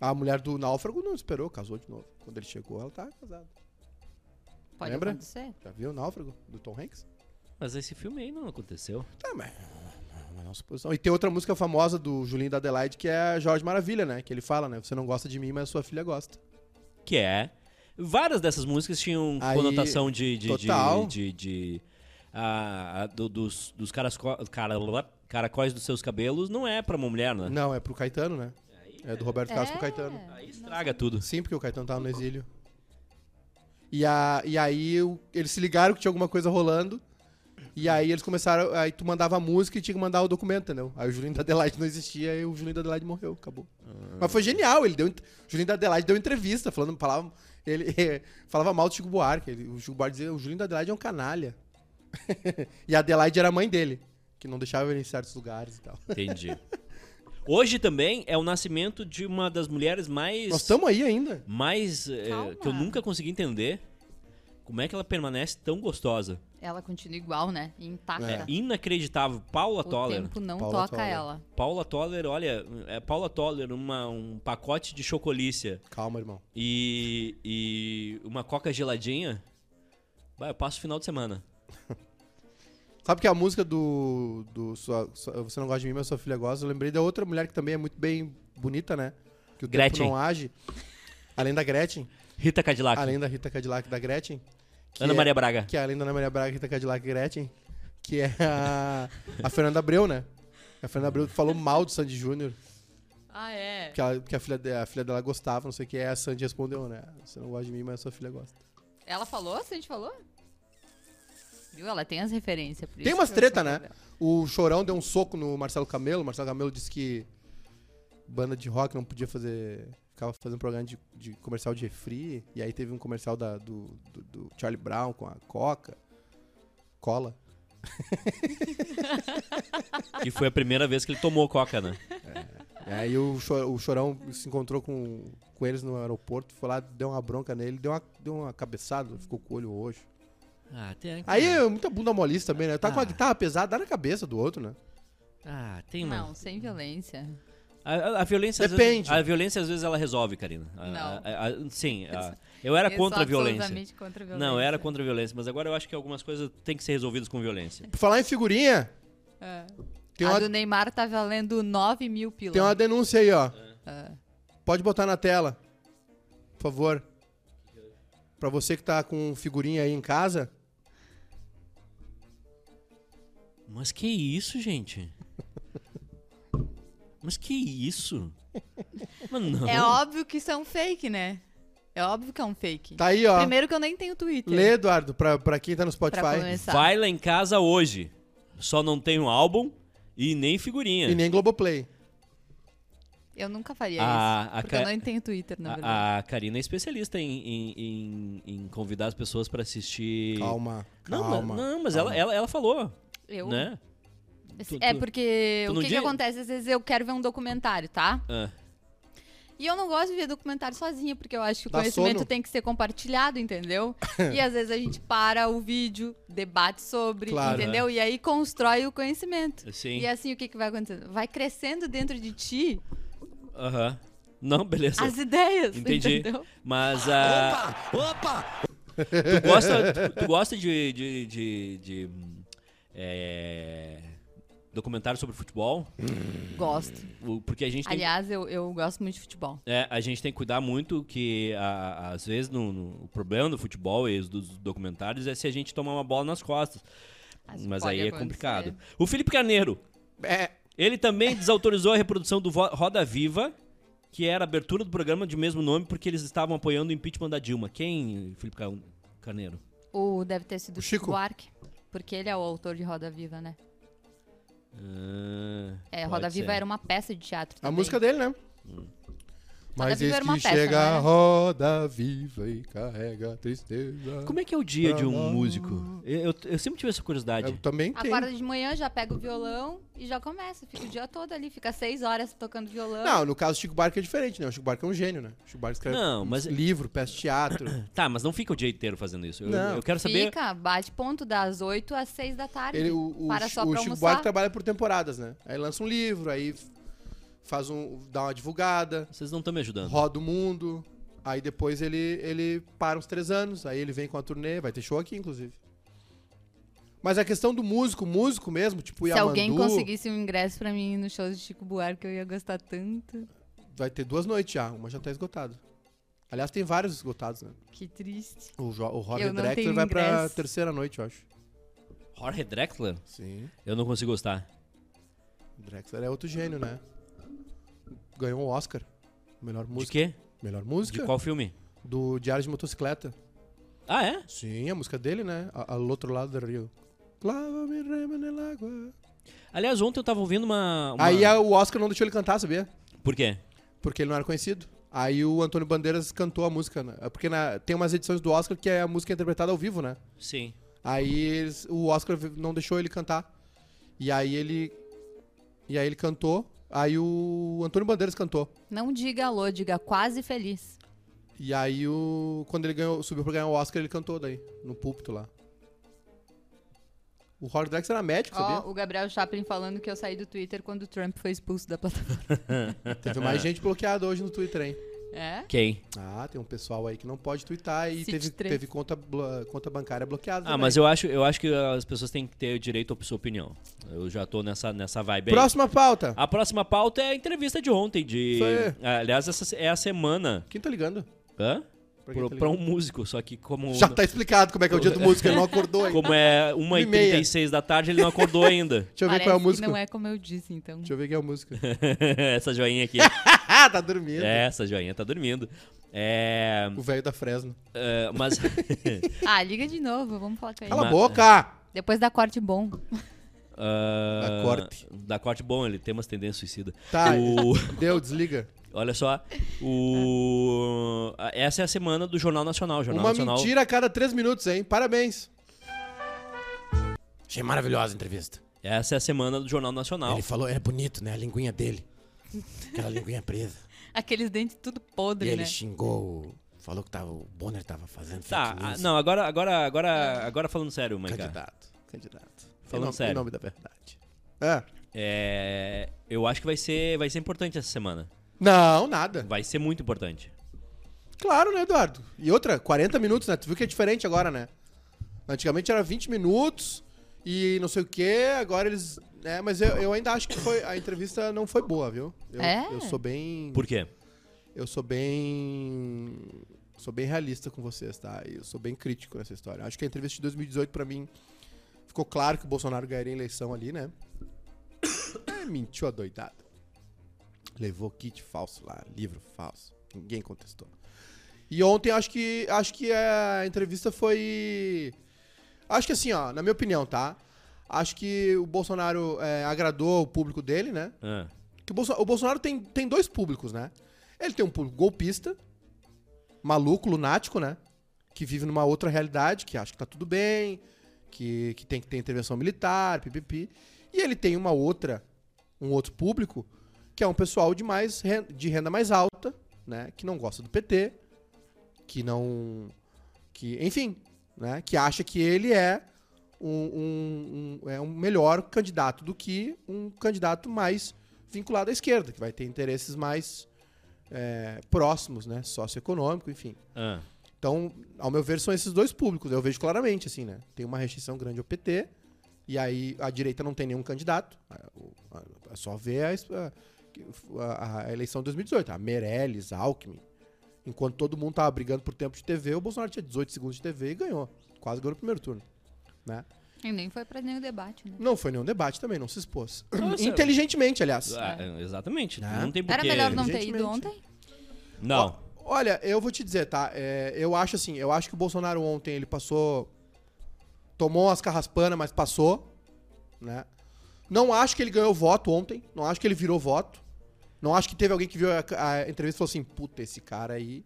S2: A mulher do náufrago não esperou, casou de novo. Quando ele chegou, ela tá casada.
S3: Pode
S2: lembra?
S3: acontecer.
S2: Já viu o náufrago do Tom Hanks?
S1: Mas esse filme aí não aconteceu.
S2: Tá, mas. mas não é suposição. E tem outra música famosa do Julinho da Adelaide que é Jorge Maravilha, né? Que ele fala, né? Você não gosta de mim, mas sua filha gosta.
S1: Que é. Várias dessas músicas tinham
S2: Aí,
S1: conotação de. de, de-
S2: total.
S1: de- de- ah, ah, do- dos dos carasco, cara, caracóis dos seus cabelos não é pra uma mulher, né?
S2: Não, é pro Caetano, né? É do Roberto Carlos pro Caetano.
S3: É.
S1: Aí estraga tudo.
S2: Sim, porque o Caetano tava no exílio. E, a, e aí o- eles se ligaram que tinha alguma coisa rolando. E aí eles começaram. Aí tu mandava a música e tinha que mandar o documento, entendeu? Aí o Julinho da Adelaide não existia e o Julinho da Adelaide morreu, acabou. Mas foi genial, ele deu. ent- O Julinho da Adelaide deu entrevista, falando. Falava, ele falava mal do Chico Buarque. Ele- o Chico Buarque dizia: o Julinho da Adelaide é um canalha. e a Adelaide era a mãe dele, que não deixava ele em certos lugares e tal.
S1: Entendi. Hoje também é o nascimento de uma das mulheres mais.
S2: Nós estamos aí ainda.
S1: mais. eh,
S3: Calma.
S1: que eu nunca consegui entender. Como é que ela permanece tão gostosa?
S3: Ela continua igual, né? Intacta.
S1: É inacreditável. Paula
S3: O
S1: Toller.
S3: tempo não
S2: Paula
S3: toca
S2: Toller.
S3: ela.
S1: Paula Toller, olha, é Paula Toller, uma, um pacote de chocolícia
S2: Calma, irmão.
S1: e, e uma coca geladinha. Vai, eu passo o final de semana.
S2: Sabe que a música do, do sua, Sua- Você Não Gosta de Mim, Mas Sua Filha Gosta, eu lembrei da outra mulher que também é muito bem bonita, né? Que o
S1: Gretchen.
S2: tempo não age. Além da Gretchen,
S1: Rita Cadillac.
S2: além da Rita Cadillac e da Gretchen. que
S1: Ana
S2: é-
S1: Maria Braga.
S2: Que é além da Ana Maria Braga, Rita Cadillac e Gretchen, que é a, a Fernanda Abreu, né? A Fernanda Abreu que falou mal do Sandy Júnior,
S3: Ah, é.
S2: que, ela- que a, filha, de- a filha dela gostava, não sei o que, aí a Sandy respondeu, né? Você não gosta de mim, mas sua filha gosta.
S3: Ela falou? A gente falou? Viu? Ela tem as referências. por
S2: Tem
S3: isso
S2: umas
S3: que eu
S2: treta,
S3: sou
S2: né?
S3: dela.
S2: O Chorão deu um soco no Marcelo Camelo. O Marcelo Camelo disse que banda de rock não podia fazer. Ficava fazendo programa de, de comercial de refri. E aí teve um comercial da- do, do- do Charlie Brown com a Coca. Cola.
S1: E foi a primeira vez que ele tomou coca, né?
S2: E aí o, Cho- o Chorão se encontrou com, com eles no aeroporto. Foi lá, deu uma bronca nele, deu uma, deu uma cabeçada, ficou com o olho roxo.
S1: Ah, tem.
S2: Aí é muita bunda molista também, né? Tá com a
S1: Ah.
S2: guitarra pesada, dá na cabeça do outro, né?
S1: Ah, tem uma.
S3: Não, sem violência.
S1: A, a- a violência às
S2: Depende.
S1: Vezes, a violência às vezes ela resolve, Karina. A-
S3: Não.
S1: a- a- sim, a- eu era
S3: Eu sou
S1: contra a violência.
S3: absolutamente contra a violência.
S1: Não, eu era contra a violência, mas agora eu acho que algumas coisas têm que ser resolvidas com violência.
S2: Por falar em figurinha,
S3: É.
S2: tem
S3: a
S2: uma,
S3: do Neymar tá valendo 9 mil pila.
S2: Tem uma denúncia aí, ó.
S3: É.
S2: Pode botar na tela. Por favor. Pra você que tá com figurinha aí em casa.
S1: Mas que isso, gente? Mas que isso? Mas não.
S3: É óbvio que isso é um fake, né? É óbvio que é um fake.
S2: Tá aí, ó.
S3: Primeiro que eu nem tenho Twitter.
S2: Lê, Eduardo, pra, pra quem tá no
S3: Pra
S2: Spotify.
S3: começar.
S1: Vai lá em casa hoje. Só não tem um álbum e nem figurinha.
S2: E nem Globoplay.
S3: Eu nunca faria
S1: A-
S3: é isso.
S1: a
S3: porque
S1: ca-
S3: eu não tenho Twitter, na verdade.
S1: A, a Karina é especialista em, em- em- em convidar as pessoas pra assistir.
S2: Calma,
S1: Não, mas-
S2: calma.
S1: não, mas ela, ela, ela falou,
S3: eu?
S1: né?
S3: Assim,
S1: Tu-
S3: é
S1: tu-
S3: porque
S1: tu
S3: o
S1: não
S3: que, que
S1: diz-
S3: acontece? Às vezes eu quero ver um documentário, tá?
S1: Ah,
S3: E eu não gosto de ver documentário sozinha, porque eu acho que o
S2: Dá
S3: conhecimento
S2: sono.
S3: tem que ser compartilhado, entendeu? e às vezes a gente para o vídeo, debate sobre,
S2: Claro,
S3: entendeu? E aí constrói o conhecimento.
S1: é. sim.
S3: E assim, o que, que vai acontecendo? Vai crescendo dentro de ti
S1: Aham. Não, beleza.
S3: as ideias,
S1: Entendi.
S3: entendeu?
S1: Mas a.
S2: Opa!
S1: Tu gosta, tu, tu gosta de. de, de, de, hum, é, documentário sobre futebol?
S2: Hum?
S3: Gosto.
S1: O- Porque a gente tem.
S3: Aliás, eu, eu gosto muito de futebol.
S1: É, a gente tem que cuidar muito que, a- às vezes, no, no- o problema do futebol e os dos documentários é se a gente tomar uma bola nas costas.
S3: Mas
S1: Mas
S3: pode
S1: aí é
S3: acontecer.
S1: complicado. O Felipe Carneiro,
S2: É,
S1: ele também desautorizou a reprodução do Vo- Roda Viva, que era a abertura do programa de mesmo nome, porque eles estavam apoiando o impeachment da Dilma. Quem, Felipe Ca- Carneiro?
S3: O deve ter sido
S2: O
S3: o
S2: Chico?
S3: Chico Buarque, porque ele é o autor de Roda Viva, né?
S1: Ah,
S3: É,
S1: pode
S3: Roda Viva
S1: ser.
S3: era uma peça de teatro
S2: a
S3: também.
S2: música dele, né? Mas
S3: Roda Viva
S2: eis
S3: era uma
S2: que
S3: peça, né?
S2: chega
S3: não
S2: a
S3: era?
S2: roda viva e carrega a
S3: um
S2: tristeza.
S1: Como é que é o dia de
S2: Pra lá.
S1: um músico? Eu, eu- eu sempre tive essa curiosidade.
S2: Eu também tenho.
S3: Acorda de manhã, já pega o violão e já começa. Fica o dia todo ali, fica seis horas tocando violão.
S2: Não, no caso do Chico Barque é diferente, né? O Chico Barque é um gênio, né? O Chico Barque escreve
S1: Não, mas-
S2: livro, peça de teatro.
S1: Tá, mas não fica o dia inteiro fazendo isso. Eu,
S2: Não.
S1: eu quero saber.
S3: Fica, bate ponto das oito às seis da tarde.
S2: Ele, o o,
S3: para
S2: Chi-
S3: só
S2: o
S3: pra
S2: Chico
S3: almoçar.
S2: Barque trabalha por temporadas, né? Aí lança um livro, aí f- faz um, dá uma divulgada,
S1: Vocês não estão me ajudando.
S2: roda o mundo. Aí depois ele, ele para uns três anos, aí ele vem com a turnê, vai ter show aqui, inclusive. Mas a questão do músico, músico mesmo, tipo
S3: Se
S2: Yamandu,
S3: alguém conseguisse um ingresso pra mim no show de Chico Buarque, eu ia gostar tanto.
S2: vai ter duas noites já, uma já tá esgotada. Aliás, tem vários esgotados, né?
S3: Que triste.
S2: O, jo o Jorge
S3: Eu não
S2: Drexler
S3: tenho
S2: vai pra
S3: ingresso.
S2: terceira noite, eu acho.
S1: Jorge Drexler?
S2: Sim.
S1: Eu não consigo gostar.
S2: Drexler é outro gênio, né? Ganhou um Oscar. Melhor
S1: De
S2: música.
S1: quê?
S2: Melhor
S1: De
S2: música
S1: qual filme?
S2: do Diário de Motocicleta.
S1: Ah, é?
S2: Sim, a música dele, né? A- Ao outro lado do rio. Lava-me, rema na água.
S1: Aliás, ontem eu tava ouvindo uma. uma-
S2: Aí a- o Oscar não deixou ele cantar, sabia?
S1: Por quê?
S2: Porque ele não era conhecido. Aí o Antônio Bandeiras cantou a música. Né? Porque na- tem umas edições do Oscar que a música é interpretada ao vivo, né?
S1: Sim.
S2: Aí eles- o Oscar vi- não deixou ele cantar. E aí ele. E aí ele cantou. Aí o Antônio Bandeiras cantou.
S3: Não diga alô, diga quase feliz.
S2: E aí o. Quando ele ganhou, subiu pra ganhar o Oscar, ele cantou daí, no púlpito lá. O Howard Drax era médico, sabia?
S3: Ó, o Gabriel Chaplin falando que eu saí do Twitter quando o Trump foi expulso da plataforma.
S2: Teve
S1: É.
S2: mais gente bloqueada hoje no Twitter, hein?
S3: É?
S1: Quem?
S2: Ah, tem um pessoal aí que não pode twittar e
S3: City
S2: teve,
S3: três.
S2: teve conta, blo- conta bancária bloqueada.
S1: Ah, mas eu acho, eu acho que as pessoas têm que ter direito à sua opinião. Eu já tô nessa, nessa vibe aí.
S2: Próxima pauta.
S1: A próxima pauta é a entrevista de ontem. De...
S2: Isso aí.
S1: Aliás, essa é a semana.
S2: Quem tá ligando?
S1: Hã?
S2: Pra quem
S1: Pro-
S2: tá
S1: Pra
S2: ligando?
S1: um músico, só que como.
S2: Já tá explicado como é que é o dia do músico, ele não acordou ainda.
S1: Como é
S2: e meia.
S1: 1h36 da tarde, ele não acordou ainda.
S2: Deixa eu ver
S3: Parece
S2: qual é a
S3: que
S2: música.
S3: não é como eu disse, então.
S2: Deixa eu ver quem é a música.
S1: essa joinha aqui.
S2: Ah, tá dormindo.
S1: É, essa joinha tá dormindo. É.
S2: O velho da Fresno.
S1: é, mas.
S3: Ah, liga de novo, vamos falar com ele.
S2: Cala a
S1: Ma-
S2: boca!
S3: Depois da corte bom.
S1: Ah,
S2: Da corte.
S1: Da corte bom, ele tem umas tendências suicidas.
S2: Tá,
S1: O-
S2: deu, desliga.
S1: olha só, o, a- essa é a semana do Jornal Nacional. Jornal
S2: Uma
S1: Nacional. Tá.
S2: mentira a cada três minutos, hein? Parabéns.
S5: Achei maravilhosa a entrevista.
S1: Essa é a semana do Jornal Nacional.
S5: Ele falou, é bonito, né? A linguinha dele. Aquela linguinha presa.
S3: Aqueles dentes tudo
S5: E
S3: podre,
S5: ele
S3: né?
S5: xingou, o- falou que tava, o Bonner tava fazendo
S1: Tá,
S5: fake
S1: ah,
S5: news.
S1: não, agora, agora, agora, agora falando sério, Maica.
S2: Candidato. Candidato.
S1: Falando
S2: em nome,
S1: sério.
S2: Em nome da verdade. É.
S1: É, eu acho que vai ser, vai ser importante essa semana.
S2: Não, nada.
S1: Vai ser muito importante.
S2: Claro, né, Eduardo? E outra, 40 minutos, né? Tu viu que é diferente agora, né? Antigamente era 20 minutos e não sei o quê, agora eles. né? mas eu, eu ainda acho que foi, a entrevista não foi boa, viu? Eu,
S3: É?
S2: eu sou bem.
S1: Por quê?
S2: Eu sou bem. Sou bem realista com vocês, tá? Eu sou bem crítico nessa história. Acho que a entrevista de 2018, pra mim, ficou claro que o Bolsonaro ganharia a eleição ali, né? É, Mentiu a doidada. Levou kit falso lá, livro falso. Ninguém contestou. E ontem acho que acho que a entrevista foi. Acho que assim, ó, na minha opinião, tá? Acho que o Bolsonaro é, agradou o público dele, né?
S1: Ah,
S2: Que o Bolsonaro, o Bolsonaro tem, tem dois públicos, né? Ele tem um público golpista, maluco, lunático, né? Que vive numa outra realidade, que acha que tá tudo bem, que, que tem que ter intervenção militar, pipipi. E ele tem uma outra, um outro público, que é um pessoal de, mais, ren- de renda mais alta, né? Que não gosta do PT, que não. que Enfim, né? Que acha que ele é um, um- um- é um melhor candidato do que um candidato mais vinculado à esquerda, que vai ter interesses mais é, próximos, né? Socioeconômico, enfim.
S1: Ah,
S2: Então, ao meu ver, são esses dois públicos. Eu vejo claramente, assim, né? Tem uma restrição grande ao PT, e aí a direita não tem nenhum candidato. Ah, o- ah, É só ver a, es- a- a- a eleição de 2018. A Meirelles, Alckmin. Enquanto todo mundo tava brigando por tempo de TV, o Bolsonaro tinha 18 segundos de TV e ganhou. Quase ganhou no primeiro turno. Né?
S3: E nem foi pra nenhum debate, né?
S2: Não foi nenhum debate também, não se expôs.
S1: Nossa.
S2: Inteligentemente, aliás.
S1: ah, exatamente.
S2: Né?
S1: Não tem
S3: Era
S1: porquê.
S3: melhor não ter
S2: Evidentemente.
S3: ido ontem?
S1: Não.
S2: Ó, Olha, eu vou te dizer, tá? É, eu acho assim, eu acho que o Bolsonaro ontem ele passou. Tomou umas carraspanas, mas passou. Né? Não acho que ele ganhou voto ontem. Não acho que ele virou voto. Não acho que teve alguém que viu a, a entrevista e falou assim: puta, esse cara aí.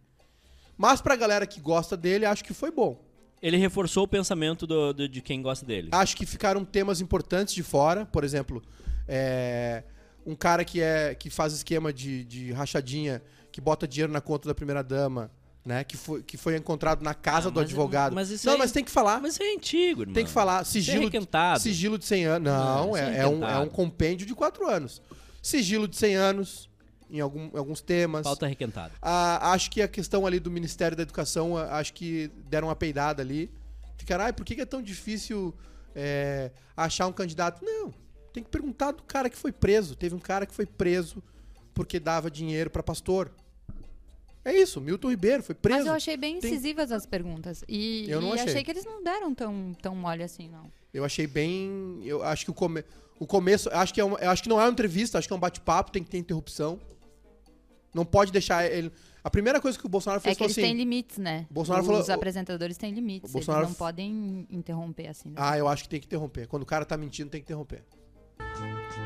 S2: Mas pra galera que gosta dele, acho que foi bom.
S1: Ele reforçou o pensamento do, do- de quem gosta dele.
S2: Acho que ficaram temas importantes de fora. Por exemplo, é, um cara que, é, que faz esquema de, de rachadinha, que bota dinheiro na conta da primeira-dama, né? Que foi, que foi encontrado na casa
S1: Ah,
S2: do
S1: mas-
S2: advogado.
S1: mas isso
S2: Não,
S1: aí-
S2: mas tem que falar.
S1: Mas isso é antigo, irmão.
S2: Ah. tem que falar.
S1: Isso é
S2: Sigilo,
S1: requentado.
S2: sigilo de 100 anos. Não,
S1: Não, isso
S2: é,
S1: é
S2: é um, é
S1: requentado.
S2: um compêndio de quatro anos. Sigilo de 100 anos, em, algum- em alguns temas.
S1: Pauta requentada.
S2: Ah, acho que a questão ali do Ministério da Educação, ah, acho que deram uma peidada ali. Ficaram, ai, por que que é tão difícil é, achar um candidato? Não, tem que perguntar do cara que foi preso. Teve um cara que foi preso porque dava dinheiro pra pastor. É isso, Milton Ribeiro foi preso.
S3: Mas eu achei bem
S2: Tem-
S3: incisivas as perguntas. E,
S2: Eu não
S3: e
S2: achei.
S3: que eles não deram tão, tão mole assim, não.
S2: Eu achei bem. Eu acho que o, come, o começo. Acho que, é uma- eu acho que não é uma entrevista, acho que é um bate-papo, tem que ter interrupção. Não pode deixar ele. A primeira coisa que o Bolsonaro fez
S3: é que
S2: foi
S3: eles
S2: assim.
S3: têm limites, né?
S2: Bolsonaro
S3: Os
S2: falou-
S3: apresentadores têm limites.
S2: Bolsonaro
S3: Eles não
S2: f-
S3: podem interromper assim, né?
S2: Ah, eu acho que tem que interromper. Quando o cara tá mentindo, tem que interromper.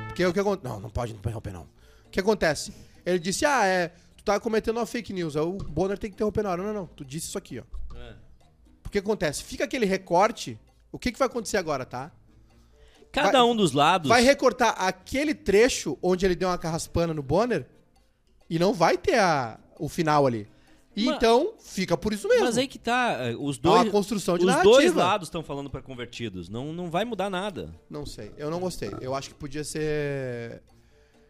S2: Porque o que acontece. Não, não pode interromper, não. O que acontece? Ele disse, ah, é. Tu tá cometendo uma fake news. Aí o Bonner tem que interromper na hora. Não, não, não. Tu disse isso aqui, ó. Porque acontece? Fica aquele recorte. O que, que vai acontecer agora, tá?
S1: Cada
S2: Vai-
S1: um dos lados.
S2: Vai recortar aquele trecho onde ele deu uma carraspana no Bonner e não vai ter a, o final ali. E
S1: Mas-
S2: então, fica por isso mesmo.
S1: Mas aí que tá. eh, Os
S2: É uma
S1: dois.
S2: construção de
S1: Os
S2: narrativa.
S1: dois lados estão falando pra convertidos. Não, não vai mudar nada.
S2: Não sei, eu não gostei. Eu acho que podia ser.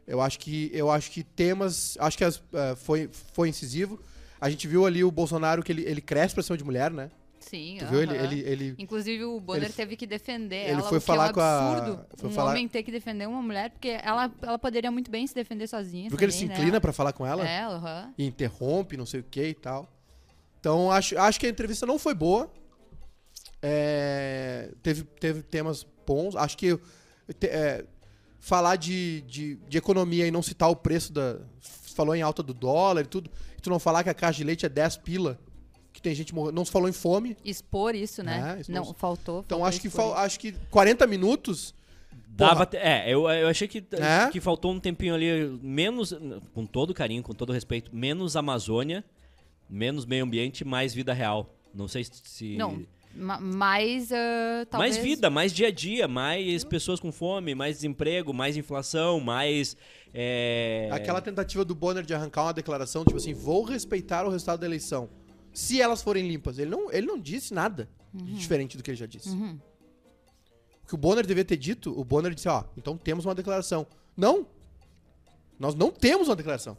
S2: Eu acho que eu acho que temas, acho que as- eh, foi foi incisivo. A gente viu ali o Bolsonaro que ele, ele cresce pra cima de mulher, né?
S3: Sim,
S2: Tu viu ele
S3: aham.
S2: ele, ele
S3: Inclusive o Bonner
S2: Ele-
S3: teve que defender
S2: ele
S3: ela,
S2: foi
S3: o que
S2: falar
S3: é um
S2: com a-
S3: absurdo.
S2: foi
S3: um
S2: falar-
S3: homem ter que defender uma mulher, porque ela, ela poderia muito bem se defender sozinha.
S2: viu que ele se
S3: também,
S2: inclina
S3: né?
S2: pra falar com ela
S3: É, aham.
S2: e interrompe, não sei o que e tal. Então acho acho que a entrevista não foi boa. É, teve teve temas bons. Acho que te- é, falar de, de, de economia e não citar o preço da. Falou em alta do dólar e tudo. E tu não falar que a caixa de leite é 10 pila, que tem gente morrendo. Não se falou em fome.
S3: Expor isso, né?
S2: É, isso
S3: não,
S2: não-
S3: faltou.
S2: Então
S3: faltou
S2: acho que,
S3: expor
S2: fal- acho que 40 minutos.
S1: Dava te- É, eu, eu achei que,
S2: É?
S1: que faltou um tempinho ali, menos, com todo carinho, com todo respeito, menos Amazônia, menos meio ambiente, mais vida real. Não sei se.
S3: isso. Não, ma- mas ah, talvez...
S1: Mais vida, mais dia a dia, mais pessoas com fome, mais desemprego, mais inflação, mais. é,
S2: Aquela tentativa do Bonner de arrancar uma declaração, tipo assim, vou respeitar o resultado da eleição. Se elas forem limpas. Ele não, ele não disse nada de diferente do que ele já disse.
S3: Uhum.
S2: O que o Bonner devia ter dito, o Bonner disse, ó, então temos uma declaração. Não! Nós não temos uma declaração.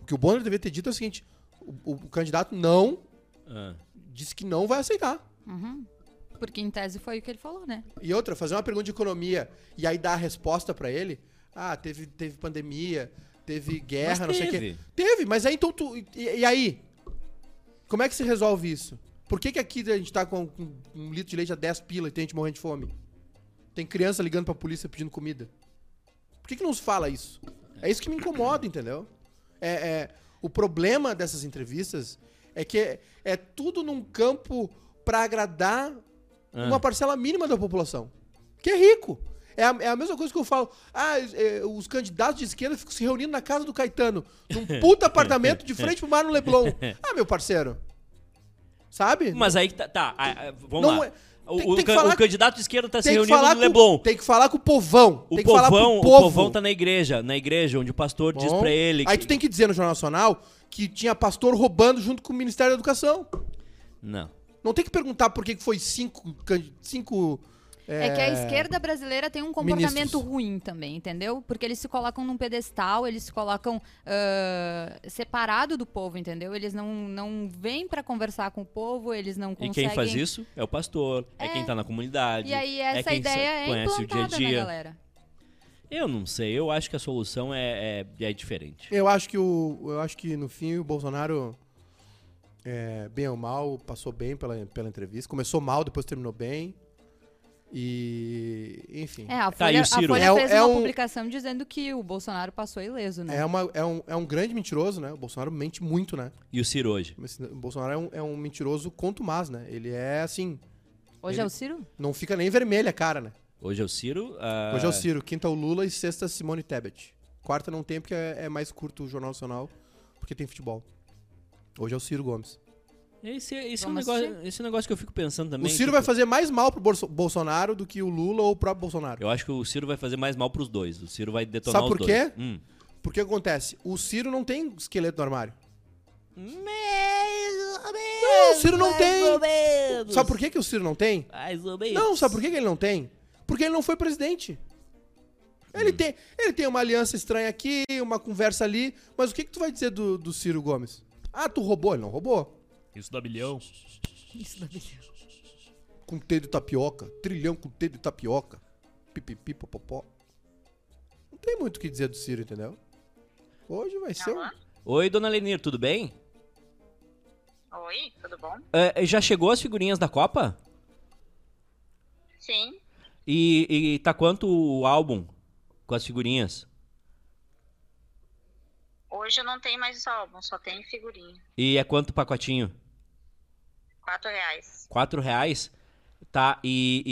S2: O que o Bonner devia ter dito é o seguinte: o, o- o candidato não
S1: Ah.
S2: disse que não vai aceitar.
S3: Uhum. Porque em tese foi o que ele falou, né?
S2: E outra, fazer uma pergunta de economia e aí dar a resposta pra ele. Ah, teve, teve pandemia, teve guerra, não
S1: Mas
S2: sei o quê.
S1: teve.
S2: Teve, mas aí então tu. E, e aí? Como é que se resolve isso? Por que, que aqui a gente tá com com um litro de leite a 10 pila e tem gente morrendo de fome? Tem criança ligando pra polícia pedindo comida. Por que, que não se fala isso? É isso que me incomoda, entendeu? É, é- o problema dessas entrevistas é que é, é tudo num campo pra agradar
S1: Ah.
S2: uma parcela mínima da população. Que é rico. É a, é a mesma coisa que eu falo. Ah, é, os candidatos de esquerda ficam se reunindo na casa do Caetano, num puta apartamento de frente pro Mar no Leblon. Ah, meu parceiro. Sabe?
S1: Mas aí que tá. tá, ah, ah, vamos
S2: Não
S1: lá.
S2: é-
S1: O,
S2: tem-
S1: o
S2: tem que
S1: can-
S2: falar-
S1: o candidato de esquerda tá se
S2: Tem que,
S1: reunindo
S2: falar
S1: no
S2: com,
S1: Leblon.
S2: tem que falar com o povão.
S1: O
S2: tem que falar
S1: povão,
S2: pro
S1: o
S2: povo.
S1: povão tá na igreja, na igreja, onde o pastor diz
S2: Bom,
S1: pra ele.
S2: Aí
S1: que-
S2: tu tem que dizer no Jornal Nacional que tinha pastor roubando junto com o Ministério da Educação.
S1: Não.
S2: Não tem que perguntar por que que foi cinco. can- cinco
S3: É que a esquerda brasileira tem um comportamento
S2: Ministros.
S3: ruim também, entendeu? Porque eles se colocam num pedestal, eles se colocam ah, separado do povo, entendeu? Eles não, não vêm pra conversar com o povo, eles não
S1: E
S3: conseguem...
S1: quem faz isso é o pastor, é,
S3: É.
S1: quem tá na comunidade.
S3: E aí essa
S1: quem sa-
S3: ideia é
S1: conhece o dia a
S3: implantada na
S1: dia.
S3: galera.
S1: Eu não sei, eu acho que a solução é, é, é diferente.
S2: Eu acho que o. Eu acho que no fim o Bolsonaro. é, bem ou mal, passou bem pela, pela entrevista. Começou mal, depois terminou bem. E. Enfim.
S3: É, a
S1: Tá, e
S3: Folha,
S1: o
S3: a
S1: Ciro?
S3: Folha
S2: É o-
S3: fez
S2: é
S3: uma
S2: um-
S3: publicação dizendo que o Bolsonaro passou ileso, né?
S2: É, uma, é, um, é um grande mentiroso, né? O Bolsonaro mente muito, né?
S1: E o Ciro hoje?
S2: Mas O Bolsonaro é um, é um mentiroso contumaz, né? Ele é assim,
S3: Hoje
S2: ele-
S3: é o Ciro?
S2: não fica nem vermelha a cara, né?
S1: Hoje é o Ciro. ah,
S2: Hoje é o Ciro, quinta é o Lula e sexta é Simone Tebet. Quarta não tem porque é, é mais curto o Jornal Nacional, porque tem futebol. Hoje é o Ciro Gomes.
S1: Esse, esse, é um
S3: Vamos
S1: negócio, esse é um negócio que eu fico pensando também.
S2: o Ciro
S1: tipo,
S2: vai fazer mais mal pro Bolso- Bolsonaro do que o Lula ou o próprio Bolsonaro.
S1: Eu acho que o Ciro vai fazer mais mal pros dois. O Ciro vai detonar
S2: Sabe
S1: os
S2: por
S1: dois.
S2: quê?
S1: Hum.
S2: Porque o que acontece, o Ciro não tem esqueleto no armário.
S1: Não,
S2: o Ciro não tem. Sabe por que, que o Ciro não tem?
S1: Mais ou menos.
S2: Não, sabe por que que ele não tem? Porque ele não foi presidente. Ele, tem, ele tem uma aliança estranha aqui, uma conversa ali, mas o que, que tu vai dizer do, do Ciro Gomes? Ah, tu roubou? Ele não roubou.
S4: Isso dá bilhão.
S2: Com T de tapioca, trilhão com T de tapioca, pipipi, popopó. Não tem muito o que dizer do Ciro, entendeu? Hoje vai ser um...
S1: Oi, dona Lenir, tudo bem?
S6: Oi, tudo bom?
S1: É, já chegou as figurinhas da Copa?
S6: Sim,
S1: E, e tá quanto o álbum com as figurinhas?
S6: hoje eu não tenho mais álbum, só tem figurinha.
S1: E é quanto o pacotinho?
S6: Quatro reais.
S1: Quatro reais? Tá, e,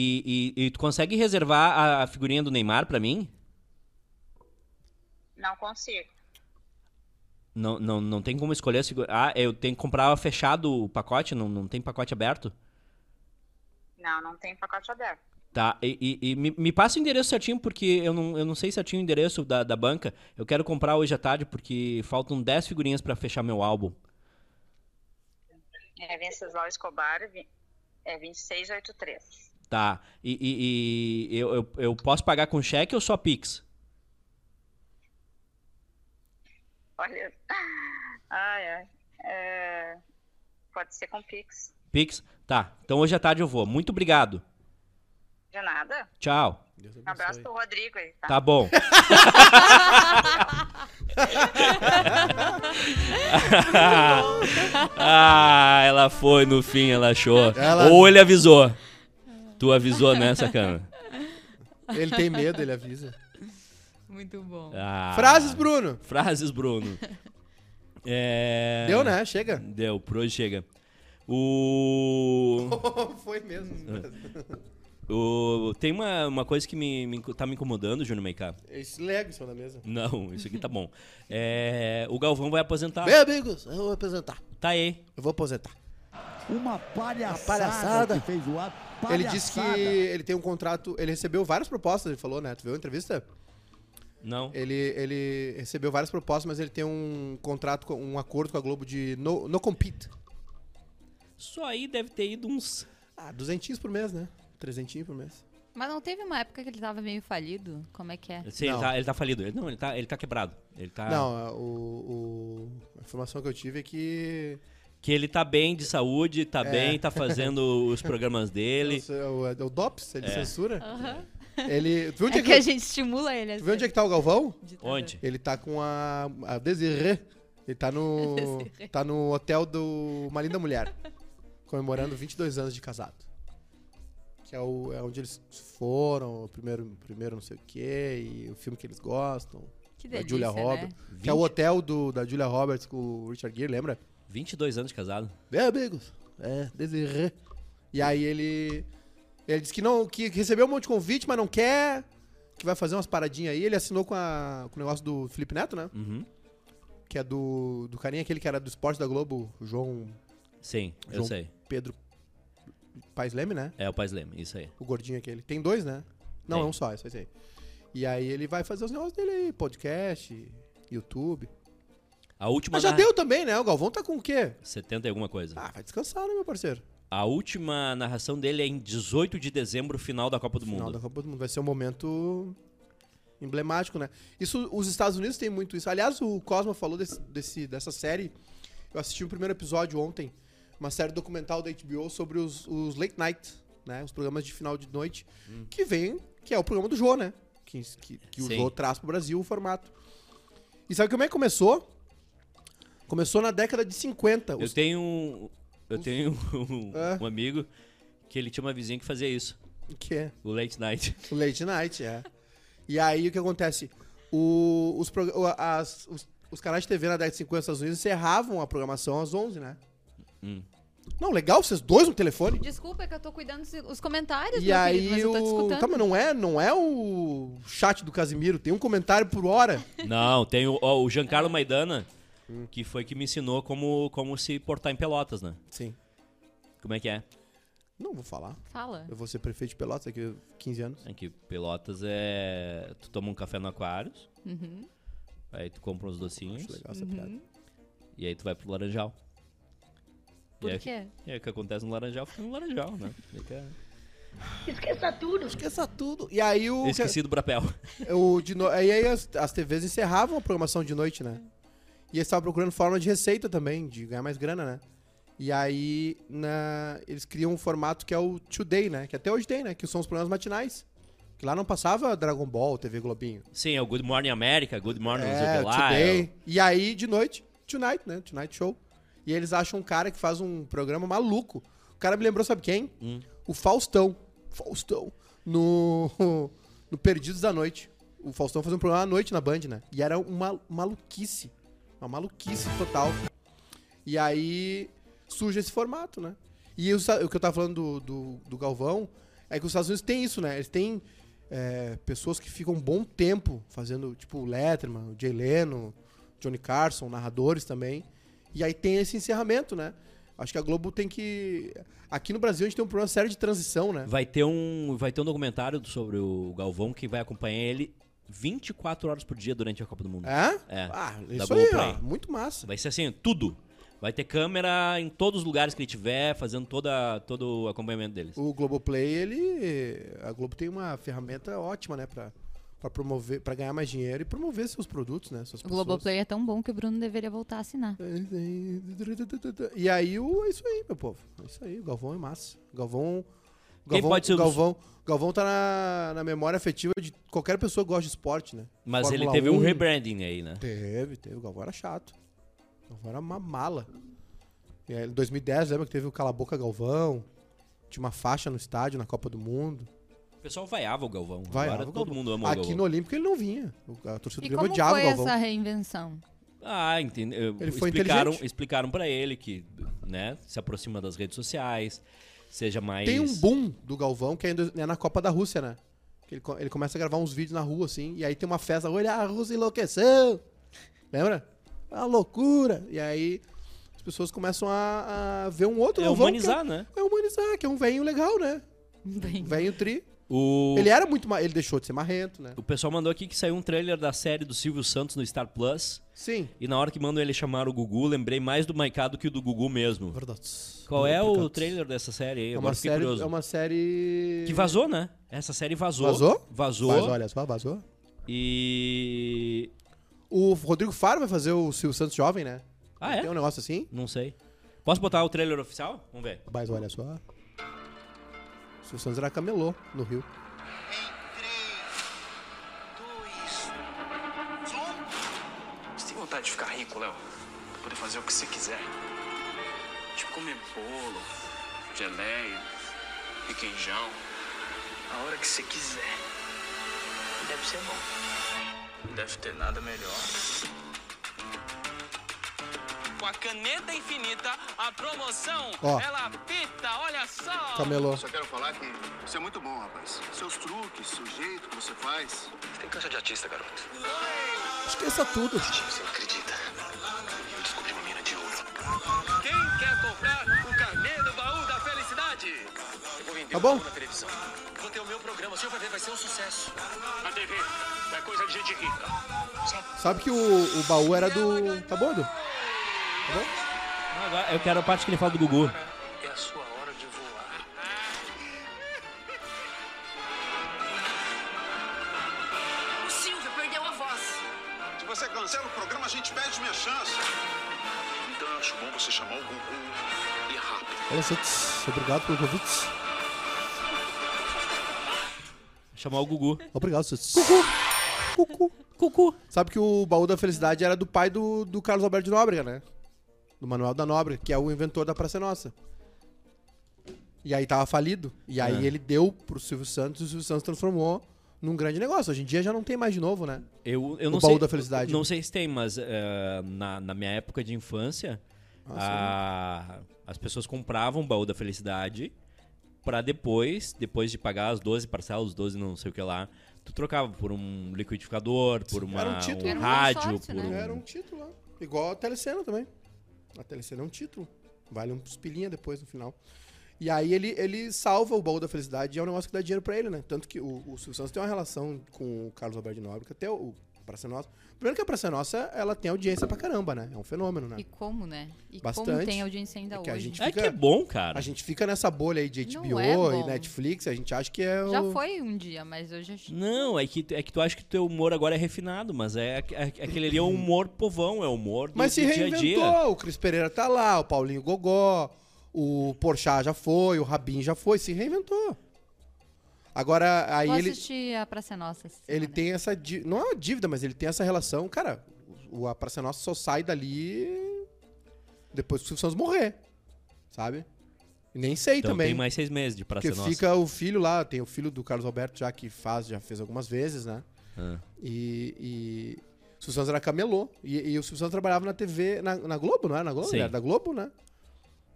S1: e- e- e tu consegue reservar a, a figurinha do Neymar pra mim?
S6: Não consigo.
S1: Não, não, não tem como escolher a figurinha. Ah, eu tenho que comprar fechado o pacote? Não, não tem pacote aberto?
S6: Não, não tem pacote aberto.
S1: Tá, e, e- e me, me passa o endereço certinho, porque eu não, eu não sei certinho o endereço da, da banca. Eu quero comprar hoje à tarde, porque faltam 10 figurinhas pra fechar meu álbum.
S6: É Venceslau Escobar, vi- é 2683.
S1: Tá, e, e- e eu, eu, eu posso pagar com cheque ou só Pix?
S6: Olha, ai, ai. É, Pode ser com Pix.
S1: Pix? Tá, então hoje à tarde eu vou. Muito obrigado.
S6: De nada.
S1: Tchau.
S2: Deus abençoe.
S6: Um abraço pro Rodrigo aí, tá?
S1: Tá bom. ah, ela foi no fim, ela achou.
S2: Ela-
S1: Ou ele avisou. Tu avisou, né, sacana?
S2: Ele tem medo, ele avisa.
S3: Muito bom.
S1: Ah.
S2: Frases, Bruno.
S1: Frases, Bruno. É...
S2: Deu, né? Chega.
S1: Deu, por hoje chega. O.
S2: foi mesmo.
S1: É. o... Tem uma, uma coisa que me, me inco- tá me incomodando, Júnior Meiká.
S2: Esse lega em cima da mesa.
S1: Não, isso aqui tá bom. É... O Galvão vai aposentar.
S2: Bem, amigos, eu vou aposentar.
S1: Tá aí.
S2: Eu vou aposentar.
S7: Uma palhaçada,
S2: palhaçada.
S7: que fez o ato.
S2: Ele disse que ele tem um contrato, ele recebeu várias propostas, ele falou, né? Tu viu a entrevista?
S1: Não.
S2: Ele, ele recebeu várias propostas, mas ele tem um contrato, com- um acordo com a Globo de no, no compete.
S1: Isso aí deve ter ido uns.
S2: Ah, duzentinhos por mês, né? Trezentinho por mês.
S3: Mas não teve uma época que ele tava meio falido? Como é que é?
S1: Sei, ele,
S2: Não.
S1: tá, ele tá falido. Ele, não, ele tá, ele tá quebrado. Ele tá.
S2: Não, é, o, o- a informação que eu tive é que
S1: Que ele tá bem de saúde, tá bem, tá fazendo os programas dele.
S2: é o, é o DOPS, ele censura. Ele, tu viu onde
S3: É
S2: é
S3: que a
S2: que,
S3: gente estimula ele a
S2: tu viu onde é
S3: ser
S2: que tá o Galvão?
S3: ditador.
S1: Onde?
S2: Ele tá com a, a Desirê. Ele tá no, tá no hotel do Uma Linda Mulher. Comemorando 22 anos de casado. Que é, o, é onde eles foram, o primeiro, primeiro não sei o quê, e o filme que eles gostam.
S3: Que
S2: da
S3: delícia,
S2: Julia
S3: né?
S2: Roberts. Que é o
S1: 20?
S2: hotel do, da Julia Roberts com o Richard Gere, lembra?
S1: 22 anos de casado.
S2: Bem, amigos. É, Desirê. E aí ele. Ele disse que não. que recebeu um monte de convite, mas não quer. que vai fazer umas paradinhas aí. Ele assinou com, a- com o negócio do Felipe Neto, né?
S1: Uhum.
S2: Que é do, do carinha aquele que era do esporte da Globo, João
S1: Sim, eu
S2: João-
S1: sei.
S2: Pedro Paes Leme, né?
S1: É o Paz Leme, isso aí.
S2: O gordinho aquele. Tem dois, né? Não,
S1: Tem.
S2: é um só, é só esse aí. E aí ele vai fazer os negócios dele aí, podcast, YouTube.
S1: A última.
S2: Mas já
S1: narra-
S2: deu também, né? O Galvão tá com o quê?
S1: 70 e alguma coisa.
S2: Ah, vai descansar, né, meu parceiro?
S1: A última narração dele é em 18 de dezembro, final da Copa do
S2: Final da
S1: Mundo.
S2: Copa do Mundo. Vai ser um momento emblemático, né? Isso, os Estados Unidos têm muito isso. Aliás, o Cosma falou desse, desse- dessa série. Eu assisti o primeiro episódio ontem. Uma série documental da HBO sobre os, os late night, né? Os programas de final de noite. Que vem, que é o programa do Jô, né? Que, que, que o
S1: Hum. Sim.
S2: Jô traz pro Brasil o formato. E sabe como é que começou? Começou na década de 50.
S1: Eu
S2: Os-
S1: tenho um. Eu tenho um,
S2: É.
S1: um amigo que ele tinha uma vizinha que fazia isso.
S2: Que é?
S1: O Late Night.
S2: O Late Night, é. E aí o que acontece? O- os, prog- o- as- os- os canais de TV na década de 50 nos Estados Unidos encerravam a programação às 11, né?
S1: Hum.
S2: Não, legal, vocês dois no telefone.
S3: Desculpa, é que eu tô cuidando dos os comentários,
S2: E
S3: meu querido,
S2: aí
S3: mas eu tô te
S2: o.
S3: escutando.
S2: Tá, mas não é, não é o chat do Casimiro, tem um comentário por hora.
S1: Não, tem o, ó, o
S2: É.
S1: Giancarlo Maidana,
S2: Hum.
S1: que foi que me ensinou como, como se portar em pelotas, né?
S2: Sim.
S1: Como é que é?
S2: Não vou falar.
S3: Fala.
S2: Eu vou ser prefeito de Pelotas daqui a 15 anos.
S1: É que pelotas é. Tu toma um café no Aquários,
S3: Uhum.
S1: aí tu compra uns docinhos,
S2: Acho legal essa piada.
S1: e aí tu vai pro Laranjal.
S3: Por
S1: e aí,
S3: quê?
S1: e aí o que acontece no Laranjal fica no Laranjal, né? Fica...
S2: Esqueça tudo. E aí o.
S1: Esqueci do Brapel.
S2: O de no... E aí as, as TVs encerravam a programação de noite, né? E eles estavam procurando forma de receita também, de ganhar mais grana, né? E aí na... eles criam um formato que é o Today, né? Que até hoje tem, né? Que são os programas matinais. Que lá não passava Dragon Ball, TV Globinho.
S1: Sim, é o Good Morning America, Good Morning não sei o
S2: É,
S1: que lá.
S2: Today.
S1: é o-
S2: E aí de noite, Tonight, né? Tonight Show. E eles acham um cara que faz um programa maluco. O cara me lembrou, sabe quem?
S1: Hum.
S2: O Faustão. Faustão. No, no Perdidos da Noite. O Faustão fazia um programa à noite na Band, né? E era uma maluquice. Uma maluquice total. E aí surge esse formato, né? E os- o que eu tava falando do, do, do Galvão é que os Estados Unidos têm isso, né? Eles têm é, pessoas que ficam um bom tempo fazendo, tipo, o Letterman, o Jay Leno, Johnny Carson, narradores também. E aí tem esse encerramento, né? Acho que a Globo tem que. Aqui no Brasil a gente tem um problema sério de transição, né?
S1: Vai ter, um, vai ter um documentário sobre o Galvão que vai acompanhar ele 24 horas por dia durante a Copa do Mundo.
S2: É?
S1: É,
S2: Ah,
S1: da
S2: isso aí,
S1: Globoplay.
S2: ó, muito massa.
S1: Vai ser assim, tudo. Vai ter câmera em todos os lugares que ele tiver, fazendo toda, todo o acompanhamento deles.
S2: O Globoplay, ele. A Globo tem uma ferramenta ótima, né? Pra, pra promover, pra ganhar mais dinheiro e promover seus produtos, né? Suas
S3: O Globoplay é tão bom que o Bruno deveria voltar a assinar.
S2: pessoas. E aí o. É isso aí, meu povo. É isso aí. O Galvão é massa. O Galvão. o
S1: Quem
S2: Galvão,
S1: pode ser
S2: o
S1: o-
S2: Galvão, o Galvão tá na, na memória afetiva de qualquer pessoa que gosta de esporte, né?
S1: Mas ele
S2: Fórmula
S1: teve
S2: 1.
S1: um rebranding aí, né?
S2: Teve, teve. O Galvão era chato. O Galvão era uma mala. E aí, em 2010, lembra que teve o Cala a Boca Galvão? Tinha uma faixa no estádio, na Copa do Mundo.
S1: O pessoal vaiava o Galvão.
S2: Vaiava
S1: Agora
S2: o
S1: todo
S2: Galvão.
S1: mundo ama o
S2: Aqui
S1: Galvão.
S2: no Olímpico ele não vinha. O- A torcida do
S3: E
S2: Grêmio
S3: como
S2: odiava o
S3: foi
S2: Galvão.
S3: essa reinvenção?
S1: Ah, entendi.
S2: Ele foi
S1: explicaram,
S2: inteligente.
S1: explicaram para ele que, né, se aproxima das redes sociais, seja mais é
S2: Tem um boom do Galvão que ainda é na Copa da Rússia, né? Que Ele, co- ele começa a gravar uns vídeos na rua, assim, e aí tem uma festa, olha, a Rússia enlouqueceu! Lembra? Uma loucura! E aí as pessoas começam a, a ver um outro
S1: é
S2: Galvão.
S1: humanizar, né?
S2: Que é, é humanizar, que é um velhinho legal, né?
S3: Bem,
S2: Um velhinho tri.
S1: O
S2: Ele era muito. ma- Ele deixou de ser marrento, né?
S1: O pessoal mandou aqui que saiu um trailer da série do Silvio Santos no Star Plus.
S2: Sim.
S1: E na hora que mandam ele chamar o Gugu, lembrei mais do Maiká do que do Gugu mesmo.
S2: Verdade.
S1: Qual é o trailer dessa série aí?
S2: É
S1: Agora
S2: uma,
S1: fiquei
S2: série,
S1: curioso.
S2: é uma série.
S1: Que vazou, né? Essa série vazou.
S2: Vazou?
S1: Vazou.
S2: Mas olha só, vazou.
S1: E.
S2: O Rodrigo Faro vai fazer o Silvio Santos jovem, né?
S1: Ah, é?
S2: Tem um negócio assim?
S1: Não sei. Posso botar o trailer oficial? Vamos ver.
S2: Mas olha só. O Silvio Santos era camelô no Rio.
S8: Você tem vontade de ficar rico, Léo? Pra poder fazer o que você quiser. Tipo comer bolo, geleia, requeijão. A hora que você quiser. Deve ser bom. Não deve ter nada melhor. Ué, a caneta infinita, a promoção,
S2: Ó.
S8: ela apita, olha só!
S2: Camelô.
S9: Só quero falar que você é muito bom, rapaz. Seus truques, seu jeito que você faz.
S8: Você tem cancha de artista, garoto.
S2: Esqueça tudo.
S8: Você não acredita? Eu descobri uma mina de ouro. Quem quer comprar o carnê do baú da felicidade? Eu vou vender
S2: Tá bom?
S8: o baú na televisão. Vou ter o meu programa, o senhor vai ver, vai ser um sucesso. A TV é coisa de gente rica.
S2: Sabe que o, o baú era do. Tá bom, Edu?
S1: Ah, Agora eu quero a parte que ele fala do Gugu.
S8: É a sua hora de voar.
S6: O Silvio perdeu a voz.
S9: Se você cancela o programa, a gente perde minha chance. Então eu acho bom você chamar o Gugu e é rápido.
S2: Olha só, tss, Obrigado pelo convite.
S1: Chamar o Gugu.
S2: Obrigado, seus. Cucu. Cucu.
S1: Cucu.
S2: Sabe que o baú da felicidade era do pai do, do Carlos Alberto de Nóbrega, né? Do Manuel da Nóbrega, que é o inventor da Praça é Nossa. E aí tava falido. E aí ele deu pro Silvio Santos e o Silvio Santos transformou num grande negócio. Hoje em dia já não tem mais de novo, né?
S1: Eu, eu não
S2: O baú
S1: sei,
S2: da felicidade.
S1: Não sei se tem, mas eh, na, na minha época de infância,
S2: Ah,
S1: a- as pessoas compravam o baú da felicidade pra depois, depois de pagar as 12 parcelas, os 12 não sei o que lá, tu trocava por um liquidificador, por uma,
S2: Era um título.
S1: um
S3: Era um
S1: rádio,
S3: consórcio,
S1: por
S3: né?
S1: um...
S2: Era um título lá. Igual a Telecena também. A Telecena é um título. Vale uns pilinha depois no final. E aí ele, ele salva o baú da felicidade e é um negócio que dá dinheiro pra ele, né? Tanto que o, o Silvio Santos tem uma relação com o Carlos Alberto de Nóbrega, que até o, o Praça é Nossa. Primeiro que a Praça é Nossa, ela tem audiência pra caramba, né? É um fenômeno, né?
S3: E como, né? E
S2: Bastante.
S3: como tem audiência ainda
S2: É que a
S3: hoje.
S2: gente
S1: É que
S2: fica-
S1: é bom, cara.
S2: A gente fica nessa bolha aí de
S3: Não
S2: HBO
S3: é bom.
S2: e Netflix, a gente acha que é o...
S3: Já foi um dia, mas hoje acho-
S1: Não, é que, é que tu acha que teu humor agora é refinado, mas é, é- aquele ali é o humor povão, é o humor do,
S2: Mas se
S1: do dia a
S2: reinventou.
S1: dia.
S2: O Cris Pereira tá lá, o Paulinho Gogó, o Porchat já foi, o Rabin já foi, se reinventou. Agora, aí
S3: Vou
S2: ele,
S3: assistir a Praça é Nossa. essa
S2: ele
S3: semana.
S2: tem essa. di- Não é uma dívida, mas ele tem essa relação. Cara, o, a Praça é Nossa só sai dali depois que o Silvio Santos morrer. Sabe? E nem sei
S1: Então
S2: também.
S1: tem mais seis meses de Praça
S2: Porque
S1: Nossa.
S2: fica o filho lá, tem o filho do Carlos Alberto já que faz, já fez algumas vezes, né?
S1: Ah.
S2: E, e o Silvio Santos era camelô. E, e o Silvio Santos trabalhava na TV, na, na Globo, não era? Na Globo?
S1: Sim.
S2: Ele era da Globo, né?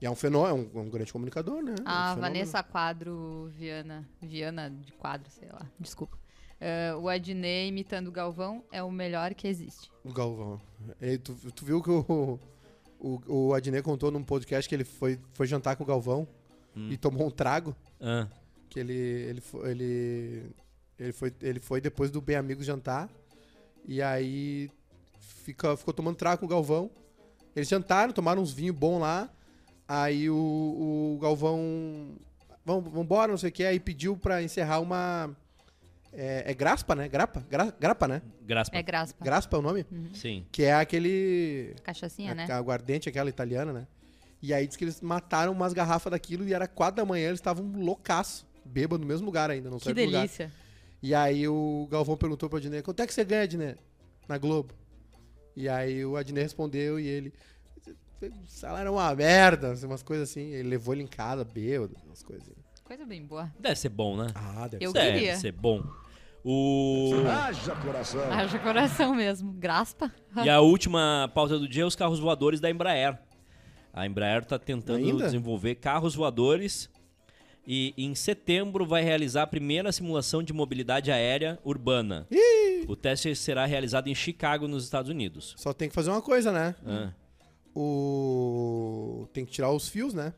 S2: E é um fenômeno, é um, é um grande comunicador, né? É um
S3: A
S2: fenômeno.
S3: Ah, Vanessa Quadro Viana, Viana de Quadro, sei lá, desculpa. Eh, o Adnei imitando o Galvão é o melhor que existe.
S2: O Galvão. E tu, tu viu que o, o, o Adnet contou num podcast que ele foi, foi jantar com o Galvão
S1: Hum.
S2: e tomou um trago.
S1: Ah.
S2: Que ele, ele, fo- ele, ele, foi, ele foi depois do Bem Amigos jantar. E aí fica, ficou tomando trago com o Galvão. Eles jantaram, tomaram uns vinhos bons lá. Aí o, o Galvão. Vamos embora, não sei o que. Aí pediu pra encerrar uma. É, é graspa, né? Grapa? Gra- grapa, né?
S1: Graças.
S3: É graspa.
S2: Graspa é o nome?
S1: Sim.
S2: Que é aquele.
S3: Cachacinha,
S2: a,
S3: né?
S2: a É, um aguardente, aquela italiana, né? E aí diz que eles mataram umas garrafas daquilo e era quatro da manhã, eles estavam loucaço, bêbado no mesmo lugar ainda, não
S3: Que
S2: saiu do lugar.
S3: delícia.
S2: E aí o Galvão perguntou pro Adnet, quanto é que você ganha, Adnet? Na Globo. E aí o Adnet respondeu e ele. "O Salário é uma merda, assim, umas coisas assim. Ele levou ele em casa, bêbado, umas coisas assim.
S3: Coisa bem boa.
S1: Deve ser bom, né?
S2: Ah, deve
S3: Eu
S1: Deve
S3: queria.
S1: ser bom. O...
S7: Haja coração.
S3: Haja coração mesmo. Graspa.
S1: E a última pauta do dia é os carros voadores da Embraer. A Embraer está tentando
S2: Ainda?
S1: desenvolver carros voadores e em setembro vai realizar a primeira simulação de mobilidade aérea urbana. O teste será realizado em Chicago, nos Estados Unidos.
S2: Só tem que fazer uma coisa, né?
S1: Ah.
S2: O. Tem que tirar os fios, né?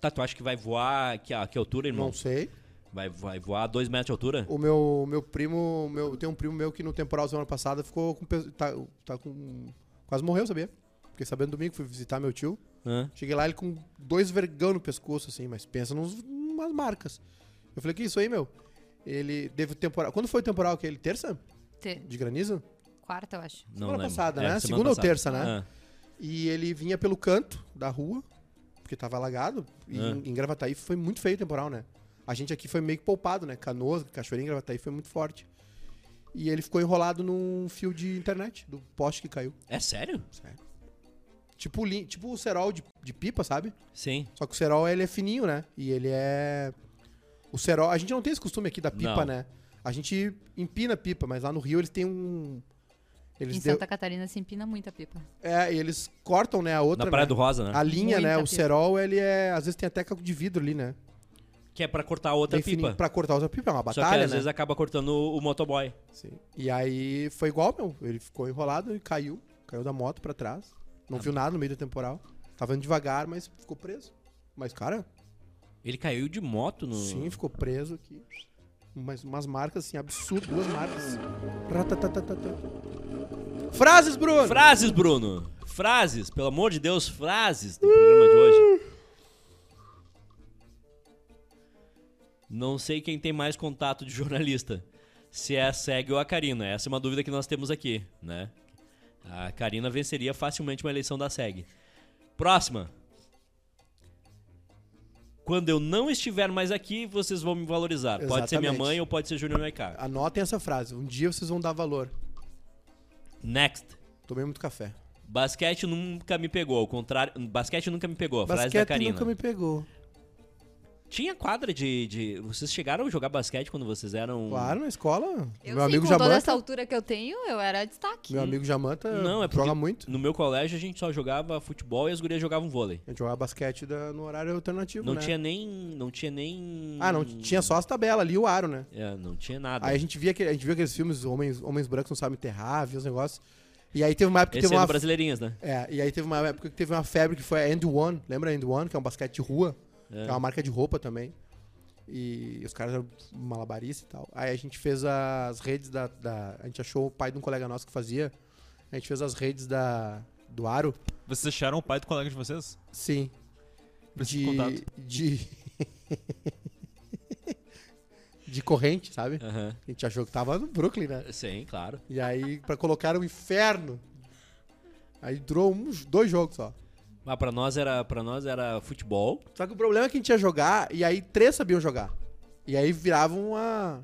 S1: Tá, tu acha que vai voar que, a que altura, irmão?
S2: Não sei.
S1: Vai, vai voar a 2 metros de altura?
S2: O meu, meu primo, meu, tem um primo meu que no temporal semana passada ficou com. pe- Tá, tá com. Quase morreu, sabia? Fiquei sabendo domingo, fui visitar meu tio.
S1: Hã?
S2: Cheguei lá, ele com dois vergão no pescoço, assim, mas pensa nos, umas marcas. Eu falei, que isso aí, meu? Ele teve o temporal. Quando foi o temporal que ele? Terça?
S3: Te-
S2: De granizo?
S3: Quarta, eu acho.
S1: Não
S2: Semana
S1: lembro.
S2: passada,
S1: É,
S2: né?
S1: semana
S2: Segunda ou
S1: passada.
S2: terça, né?
S1: Ah.
S2: E ele vinha pelo canto da rua, porque tava alagado. E
S1: Ah.
S2: em, em Gravataí foi muito feio o temporal, né? A gente aqui foi meio que poupado, né? Canoas, Cachoeirinha, Gravataí foi muito forte. E ele ficou enrolado num fio de internet, do poste que caiu.
S1: É sério?
S2: Tipo, li- tipo o cerol de, de pipa, sabe?
S1: Sim.
S2: Só que o cerol, ele é fininho, né? E ele é... O cerol... A gente não tem esse costume aqui da
S1: Não.
S2: pipa, né? A gente empina a pipa, mas lá no Rio eles têm um... Eles
S3: em
S2: deu-
S3: Santa Catarina se empina muita pipa.
S2: É, e eles cortam, né, a outra.
S1: Na Praia
S2: né?
S1: do Rosa, né?
S2: A linha,
S3: Muita
S2: né? O
S3: pipa.
S2: cerol, ele é. Às vezes tem até caco de vidro ali, né?
S1: Que é pra cortar a outra
S2: Bem fininho
S1: pipa.
S2: Pra cortar outra pipa, é uma
S1: Só que
S2: batalha,
S1: às
S2: né?
S1: vezes é- acaba cortando o o motoboy.
S2: Sim. E aí foi igual, meu. Ele ficou enrolado e caiu. Caiu da moto pra trás. Não
S1: Ah.
S2: viu nada no meio do temporal. Tava indo devagar, mas ficou preso. Mas, cara,
S1: Ele caiu de moto no.
S2: sim, ficou preso aqui. Mas umas marcas assim, absurdas. Duas marcas. Ratatatatata. Frases, Bruno!
S1: Frases, Bruno! Frases, pelo amor de Deus, frases do programa de hoje. Não sei quem tem mais contato de jornalista. Se é a SEG ou a Karina. Essa é uma dúvida que nós temos aqui, né? A Karina venceria facilmente uma eleição da SEG. Próxima. Quando eu não estiver mais aqui, vocês vão me valorizar. Pode ser minha
S2: Exatamente.
S1: mãe ou pode ser Júnior Maiká.
S2: Anotem essa frase. Um dia vocês vão dar valor.
S1: Next.
S2: Tomei muito café.
S1: Basquete nunca me pegou, ao contrário. Basquete nunca me pegou, a frase da
S2: Basquete
S1: Karina.
S2: nunca me pegou.
S1: Tinha quadra de, de- Vocês chegaram a jogar basquete quando vocês eram.
S2: Claro, na escola.
S3: Eu
S2: meu
S3: sim,
S2: amigo
S3: com toda essa
S2: Jamanta.
S3: altura que eu tenho, eu era destaque.
S2: Meu amigo Jamanta
S1: Não, é porque-
S2: joga muito.
S1: No meu colégio a gente só jogava futebol e as gurias jogavam vôlei.
S2: A gente jogava basquete da- no horário alternativo,
S1: Não
S2: né?
S1: tinha nem. Não tinha nem.
S2: Ah, não, tinha só as tabelas ali e o aro, né?
S1: É, não tinha nada.
S2: Aí a gente via, aquele- a gente viu aqueles filmes, homens, homens brancos não sabem enterrar, via os negócios. E aí teve uma época que
S1: Esse
S2: teve
S1: ano
S2: uma.
S1: brasileirinhas, né?
S2: É, e aí teve uma época que teve uma febre que foi a End One. Lembra a End One, que é um basquete de rua?
S1: É.
S2: Que é uma marca de roupa também. E os caras eram malabaristas e tal. Aí a gente fez as redes da, da- A gente achou o pai de um colega nosso que fazia. A gente fez as redes da, do aro.
S4: Vocês acharam o pai do colega de vocês?
S2: Sim.
S4: Preciso
S2: De.
S4: de contato.
S2: De. de corrente, sabe?
S4: É.
S1: Aham.
S2: A gente achou que tava no Brooklyn, né?
S1: Sim, claro.
S2: E aí, pra colocar o inferno. Aí durou uns dois jogos só.
S1: Mas pra nós era, pra nós era futebol.
S2: Só que o problema é que a gente ia jogar, e aí três sabiam jogar. E aí virava uma,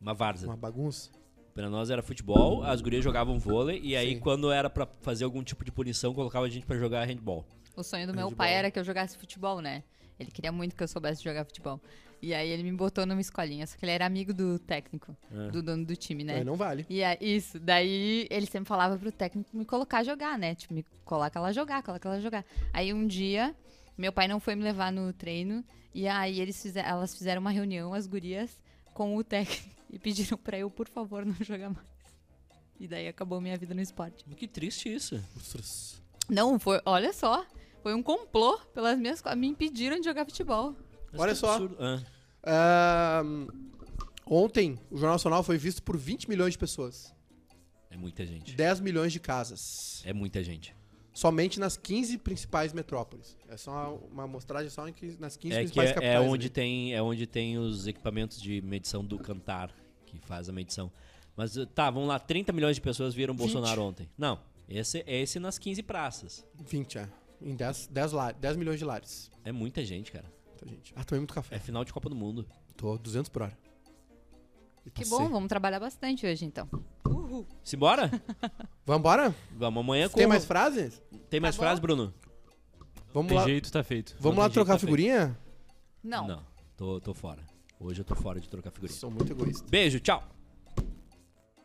S1: Uma várzea.
S2: uma bagunça.
S1: Pra nós era futebol, as gurias jogavam vôlei, e aí
S2: Sim.
S1: quando era pra fazer algum tipo de punição, colocava a gente pra jogar handball.
S3: O sonho do meu
S2: Handball.
S3: pai era que eu jogasse futebol, né? Ele queria muito que eu soubesse jogar futebol. E aí ele me botou numa escolinha, só que ele era amigo do técnico, do dono do time, né?
S2: Aí não vale.
S3: E é isso, daí ele sempre falava pro técnico me colocar a jogar, né? Tipo, me coloca ela jogar, coloca ela jogar. Aí um dia, meu pai não foi me levar no treino, e aí eles fize- elas fizeram uma reunião, as gurias, com o técnico, e pediram pra eu, por favor, não jogar mais. E daí acabou minha vida no esporte.
S1: Que triste isso.
S2: Ostras.
S3: Não, foi, olha só, foi um complô pelas minhas. co- Me impediram de jogar futebol.
S1: Mas
S2: Olha
S1: que
S2: só.
S1: absurdo. Ah.
S2: Ahn, ontem, o Jornal Nacional foi visto por 20 milhões de pessoas.
S1: É muita gente.
S2: 10 milhões de casas.
S1: É muita gente.
S2: Somente nas 15 principais metrópoles. É só uma amostragem só em que- nas 15
S1: É que
S2: principais
S1: é, é
S2: capitais.
S1: onde
S2: ali.
S1: tem, é onde tem os equipamentos de medição do Cantar, que faz a medição. Mas tá, vamos lá, 30 milhões de pessoas viram Bolsonaro ontem. Não, esse, esse nas 15 praças.
S2: 20, é. Em 10, 10, la- 10 milhões de lares.
S1: É muita gente, cara.
S2: Então, gente. Ah, tomei muito café.
S1: É final de Copa do Mundo.
S2: Tô 200 por hora. E
S3: Que
S2: passei.
S3: bom, vamos trabalhar bastante hoje então.
S1: Simbora?
S2: Vambora?
S1: Vamos amanhã com
S2: Tem mais frases?
S1: Tem mais
S3: Tá bom.
S1: frases, Bruno?
S2: Vamos
S4: Tem
S2: lá,
S4: jeito, tá feito.
S2: vamos
S1: não
S2: lá
S1: tem jeito,
S2: trocar
S1: tá
S2: figurinha?
S3: Não.
S1: Tô, tô fora. Hoje eu tô fora de trocar figurinha.
S2: Sou muito egoísta.
S1: Beijo, tchau.